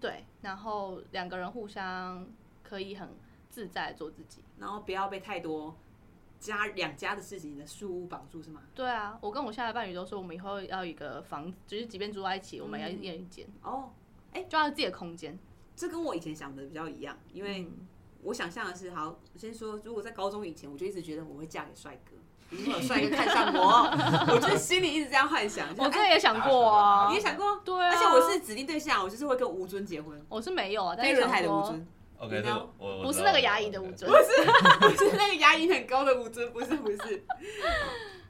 Speaker 3: 对，然后两个人互相可以很自在地做自己。
Speaker 2: 然后不要被太多家两家的事情的束缚绑住，是吗？
Speaker 3: 对啊，我跟我现在的伴侣都说，我们以后要有一个房子，就是即便住在一起，我们要一人一间，
Speaker 2: 哦，
Speaker 3: 就要有自己的空间。
Speaker 2: 这跟我以前想的比较一样，因为
Speaker 3: 嗯
Speaker 2: 我想象的是，好，先说，如果在高中以前，我就一直觉得我会嫁给帅哥，如果有帅哥看上我， 我就是心里一直这样幻想。就
Speaker 3: 我
Speaker 2: 是
Speaker 3: 真
Speaker 2: 哎
Speaker 3: 的也想过啊，
Speaker 2: 你也想过？
Speaker 3: 对啊，
Speaker 2: 而且我是指定对象，我就是会跟吴尊结婚，
Speaker 3: 我是没有啊，但
Speaker 2: 飞
Speaker 3: 是
Speaker 2: 轮
Speaker 3: 想
Speaker 2: 海的吴
Speaker 3: 说
Speaker 2: 尊，
Speaker 1: OK，
Speaker 2: 你
Speaker 1: 这
Speaker 2: 呢
Speaker 1: 个我我
Speaker 3: 不
Speaker 1: 知
Speaker 3: 是
Speaker 1: 道
Speaker 3: 那个牙
Speaker 1: 我
Speaker 3: 医
Speaker 1: 知
Speaker 3: 的
Speaker 1: 道
Speaker 3: 吴
Speaker 1: 对
Speaker 3: 尊，
Speaker 2: 不是那个牙龈很高的吴尊，不是不是。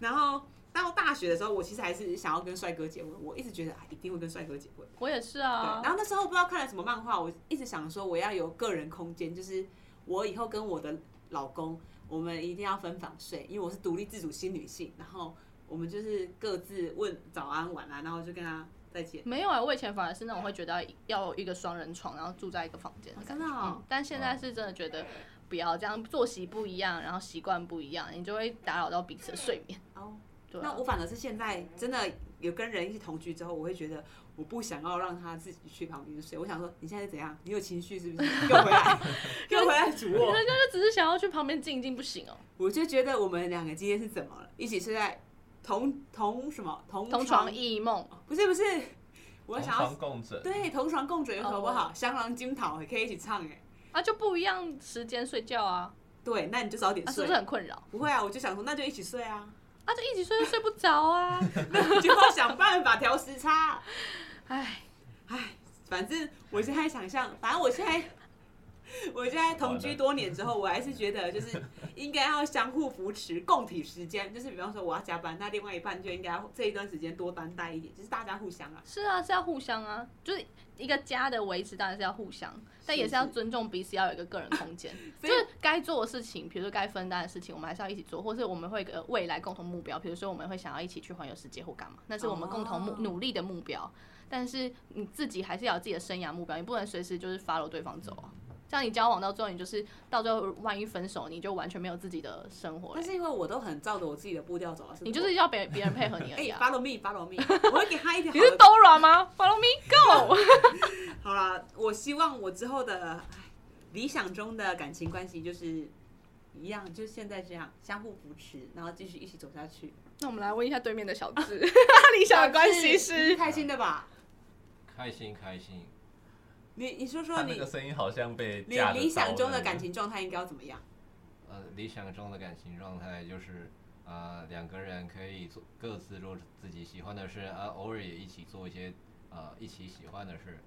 Speaker 2: 然后到大学的时候，我其实还是想要跟帅哥结婚，我一直觉得啊，一定会跟帅哥结婚。
Speaker 3: 我也是
Speaker 2: 对，
Speaker 3: 啊
Speaker 2: 然。后那时候不知道看了什么漫画，我一直想说我要有个人空间，就是我以后跟我的老公，我们一定要分房睡，因为我是独立自主新女性。然后我们就是各自问早安晚安，然后就跟他再见。
Speaker 3: 没有啊，我以前反而是那种会觉得要有一个双人床，然后住在一个房间的感觉、
Speaker 2: 哦真的哦
Speaker 3: 嗯但现在是真的觉得不要这样，作息不一样，然后习惯不一样，你就会打扰到彼此的睡眠。
Speaker 2: 哦，
Speaker 3: 对、
Speaker 2: 那
Speaker 3: 啊，
Speaker 2: 我反而是现在真的有跟人一起同居之后，我会觉得我不想要让他自己去旁边睡。我想说你现在是怎样？你有情绪是 不是？给我回来，给我回来主卧。
Speaker 3: 人家就只是想要去旁边静一静，不行哦、
Speaker 2: 我就觉得我们两个今天是怎么了？一起睡在同同什么同
Speaker 3: 同
Speaker 2: 床
Speaker 3: 床异梦，
Speaker 2: 不是不是，我
Speaker 1: 同
Speaker 2: 想要
Speaker 1: 床共枕，
Speaker 2: 对同床共枕有好不好？
Speaker 3: 哦
Speaker 2: 香囊金桃也可以一起唱哎。
Speaker 3: 啊，就不一样时间睡觉啊，
Speaker 2: 对，那你就早点
Speaker 3: 啊，是
Speaker 2: 睡。
Speaker 3: 不是很困扰？
Speaker 2: 不会啊，我就想说那就一起睡啊，
Speaker 3: 啊，就一起睡就睡不着啊，
Speaker 2: 那就要想办法调时差。
Speaker 3: 唉，
Speaker 2: 反正我现在想象，反正我现在。 我现在同居多年之后，我还是觉得就是应该要相互扶持，共体时间。就是比方说我要加班，那另外一半就应该这一段时间多担待一点，就是大家互相啊。
Speaker 3: 是啊，是要互相啊，就是一个家的维持当然是要互相，但
Speaker 2: 是
Speaker 3: 也是要
Speaker 2: 是
Speaker 3: 尊重彼此，要有一个个人空间。
Speaker 2: 所
Speaker 3: 就
Speaker 2: 以
Speaker 3: 是该做的事情，比如说该分担的事情，我们还是要一起做，或是我们会有一个未来共同目标，比如说我们会想要一起去环游世界或干嘛，那是我们共同目、
Speaker 2: 哦
Speaker 3: 努力的目标。但是你自己还是要有自己的生涯目标，你不能随时就是 follow 对方走啊。这样你交往到最后，你就是到最后万一分手，你就完全没有自己的生活了
Speaker 2: 但。是因为我都很照着我自己的步调走啊，
Speaker 3: 你就是要别别人配合你而
Speaker 2: 哎
Speaker 3: 已啊。
Speaker 2: ，follow me，follow me，我会给他一点好
Speaker 3: 你
Speaker 2: 的
Speaker 3: 是 Dora 吗？Follow me, go！
Speaker 2: 好啦，我希望我之后的唉理想中的感情关系就是一样，就是现在这样相互扶持，然后继续一起走下去。
Speaker 3: 那我们来问一下对面的小 智，他理想的关系是
Speaker 2: 开心的吧？
Speaker 4: 开心开心，
Speaker 2: 你你说说
Speaker 1: 他那
Speaker 2: 你
Speaker 1: 个声音好像被
Speaker 2: 你
Speaker 1: 架着
Speaker 2: 理想
Speaker 1: 刀
Speaker 2: 中的
Speaker 1: 那
Speaker 2: 感
Speaker 1: 个
Speaker 2: 情状态应该要怎 么样？
Speaker 4: 呃，理想中的感情状态就是，呃，两个人可以做各自做自己喜欢的事，啊，偶尔也一起做一些呃一起喜欢的事，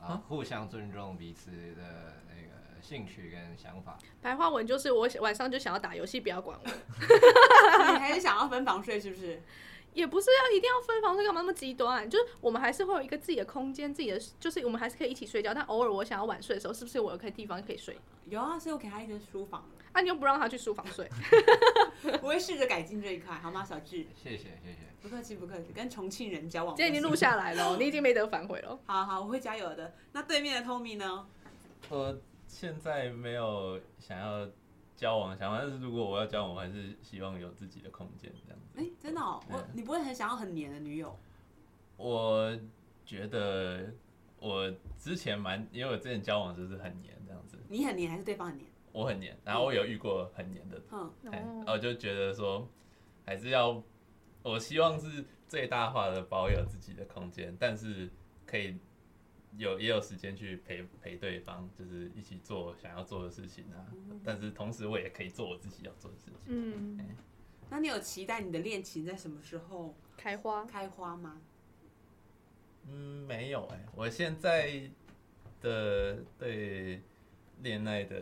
Speaker 4: 啊、互相尊重彼此的那个兴趣跟想法。
Speaker 3: 白话文，就是我晚上就想要打游戏，不要管我。
Speaker 2: 你还是想要分房睡是不是？
Speaker 3: 也不是要一定要分房睡干嘛那么极端，就是我们还是会有一个自己的空间，自己的就是我们还是可以一起睡觉，但偶尔我想要晚睡的时候，是不是我有个地方可以睡？
Speaker 2: 有啊，所以我给他一个书房了，
Speaker 3: 啊，你又不让他去书房睡，
Speaker 2: 我会试着改进这一块，好吗，小智？
Speaker 4: 谢谢谢谢，
Speaker 2: 不客气不客气，跟重庆人交往。
Speaker 3: 今天已经录下来了，你已经没得反悔了。
Speaker 2: 好好，我会加油的。那对面的 Tommy 呢？
Speaker 1: 我呃现在没有想要交往的想法，但是如果我要交往，我还是希望有自己的空间这样子。
Speaker 2: 哎、真的哦，我
Speaker 1: 嗯
Speaker 2: 你不会很想要很黏的女友？
Speaker 1: 我觉得我之前蛮，因为我之前交往就是很黏这样子，
Speaker 2: 你很黏还是对方很黏？
Speaker 1: 我很黏，然后我有遇过很黏的，
Speaker 2: 嗯，
Speaker 1: 哎然
Speaker 3: 哦
Speaker 1: 后就觉得说还是要，我希望是最大化的保有自己的空间，但是可以有也有时间去陪陪对方，就是一起做想要做的事情啊，但是同时我也可以做我自己要做的事情。哎
Speaker 3: 嗯，
Speaker 2: 那你有期待你的恋情在什么时候
Speaker 3: 开花，
Speaker 2: 开花吗？
Speaker 1: 嗯，没有哎、我现在的对恋爱的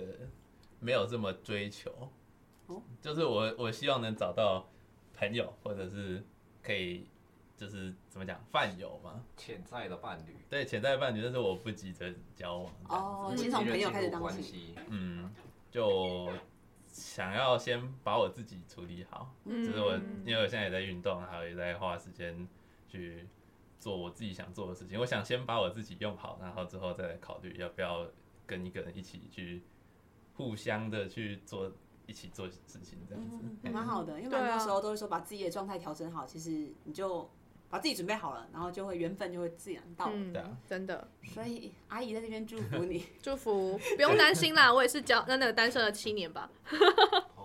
Speaker 1: 没有这么追求，
Speaker 2: 哦
Speaker 1: 就是我我希望能找到朋友，或者是可以就是怎么讲饭友嘛，
Speaker 4: 潜在的伴侣，
Speaker 1: 对潜在伴侣，但是我不急着交往这样子
Speaker 2: 哦，
Speaker 3: 嗯
Speaker 2: 先从
Speaker 4: 急着
Speaker 2: 朋友
Speaker 4: 进
Speaker 2: 开始
Speaker 4: 入
Speaker 2: 当
Speaker 4: 关
Speaker 2: 起。
Speaker 4: 系，
Speaker 1: 嗯，就想要先把我自己处理好，
Speaker 3: 嗯
Speaker 1: 就是我因为我现在也在运动，还有也在花时间去做我自己想做的事情。我想先把我自己用好，然后之后再来考虑要不要跟一个人一起去互相的去做一起做事情这样子。哎
Speaker 2: 嗯，
Speaker 1: 嘿
Speaker 2: 蛮好的，因为
Speaker 3: 对啊
Speaker 2: 蛮多时候都会说把自己的状态调整好，其实你就把自己准备好了，然后就会缘分就会自然到。
Speaker 3: 嗯
Speaker 1: 对啊，
Speaker 3: 真的
Speaker 2: 所以阿姨在这边祝福你，
Speaker 3: 祝福，不用担心啦，我也是交那那个单身了七年吧，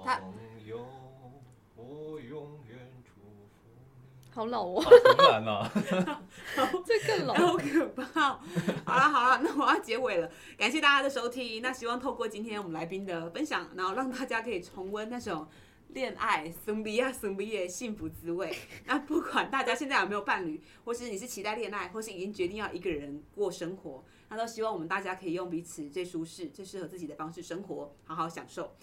Speaker 2: 他
Speaker 4: 朋友，我永远祝福你。
Speaker 3: 好老哦，
Speaker 1: 好突然哦，
Speaker 3: 这更老
Speaker 2: 哎，。 好可怕哦！好了好了，那我要结尾了，感谢大家的收听。那希望透过今天我们来宾的分享，然后让大家可以重温那种。恋爱，森比亚森比耶，幸福滋味。 那不管大家现在有没有伴侣，或是你是期待恋爱，或是已经决定要一个人过生活，那都希望我们大家可以用彼此最舒适、最适合自己的方式生活，好好享受。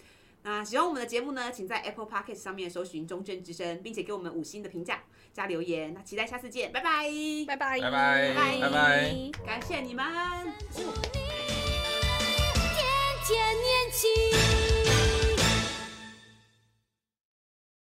Speaker 2: 那喜欢我们的节目呢，请在 Apple Podcast 上面搜寻“中正之声”，并且给我们五星的评价加留言。那期待下次见，拜拜，
Speaker 3: 拜拜，
Speaker 1: 拜拜
Speaker 2: 拜
Speaker 1: 拜
Speaker 2: 感谢你们。
Speaker 7: 祝你天天年轻。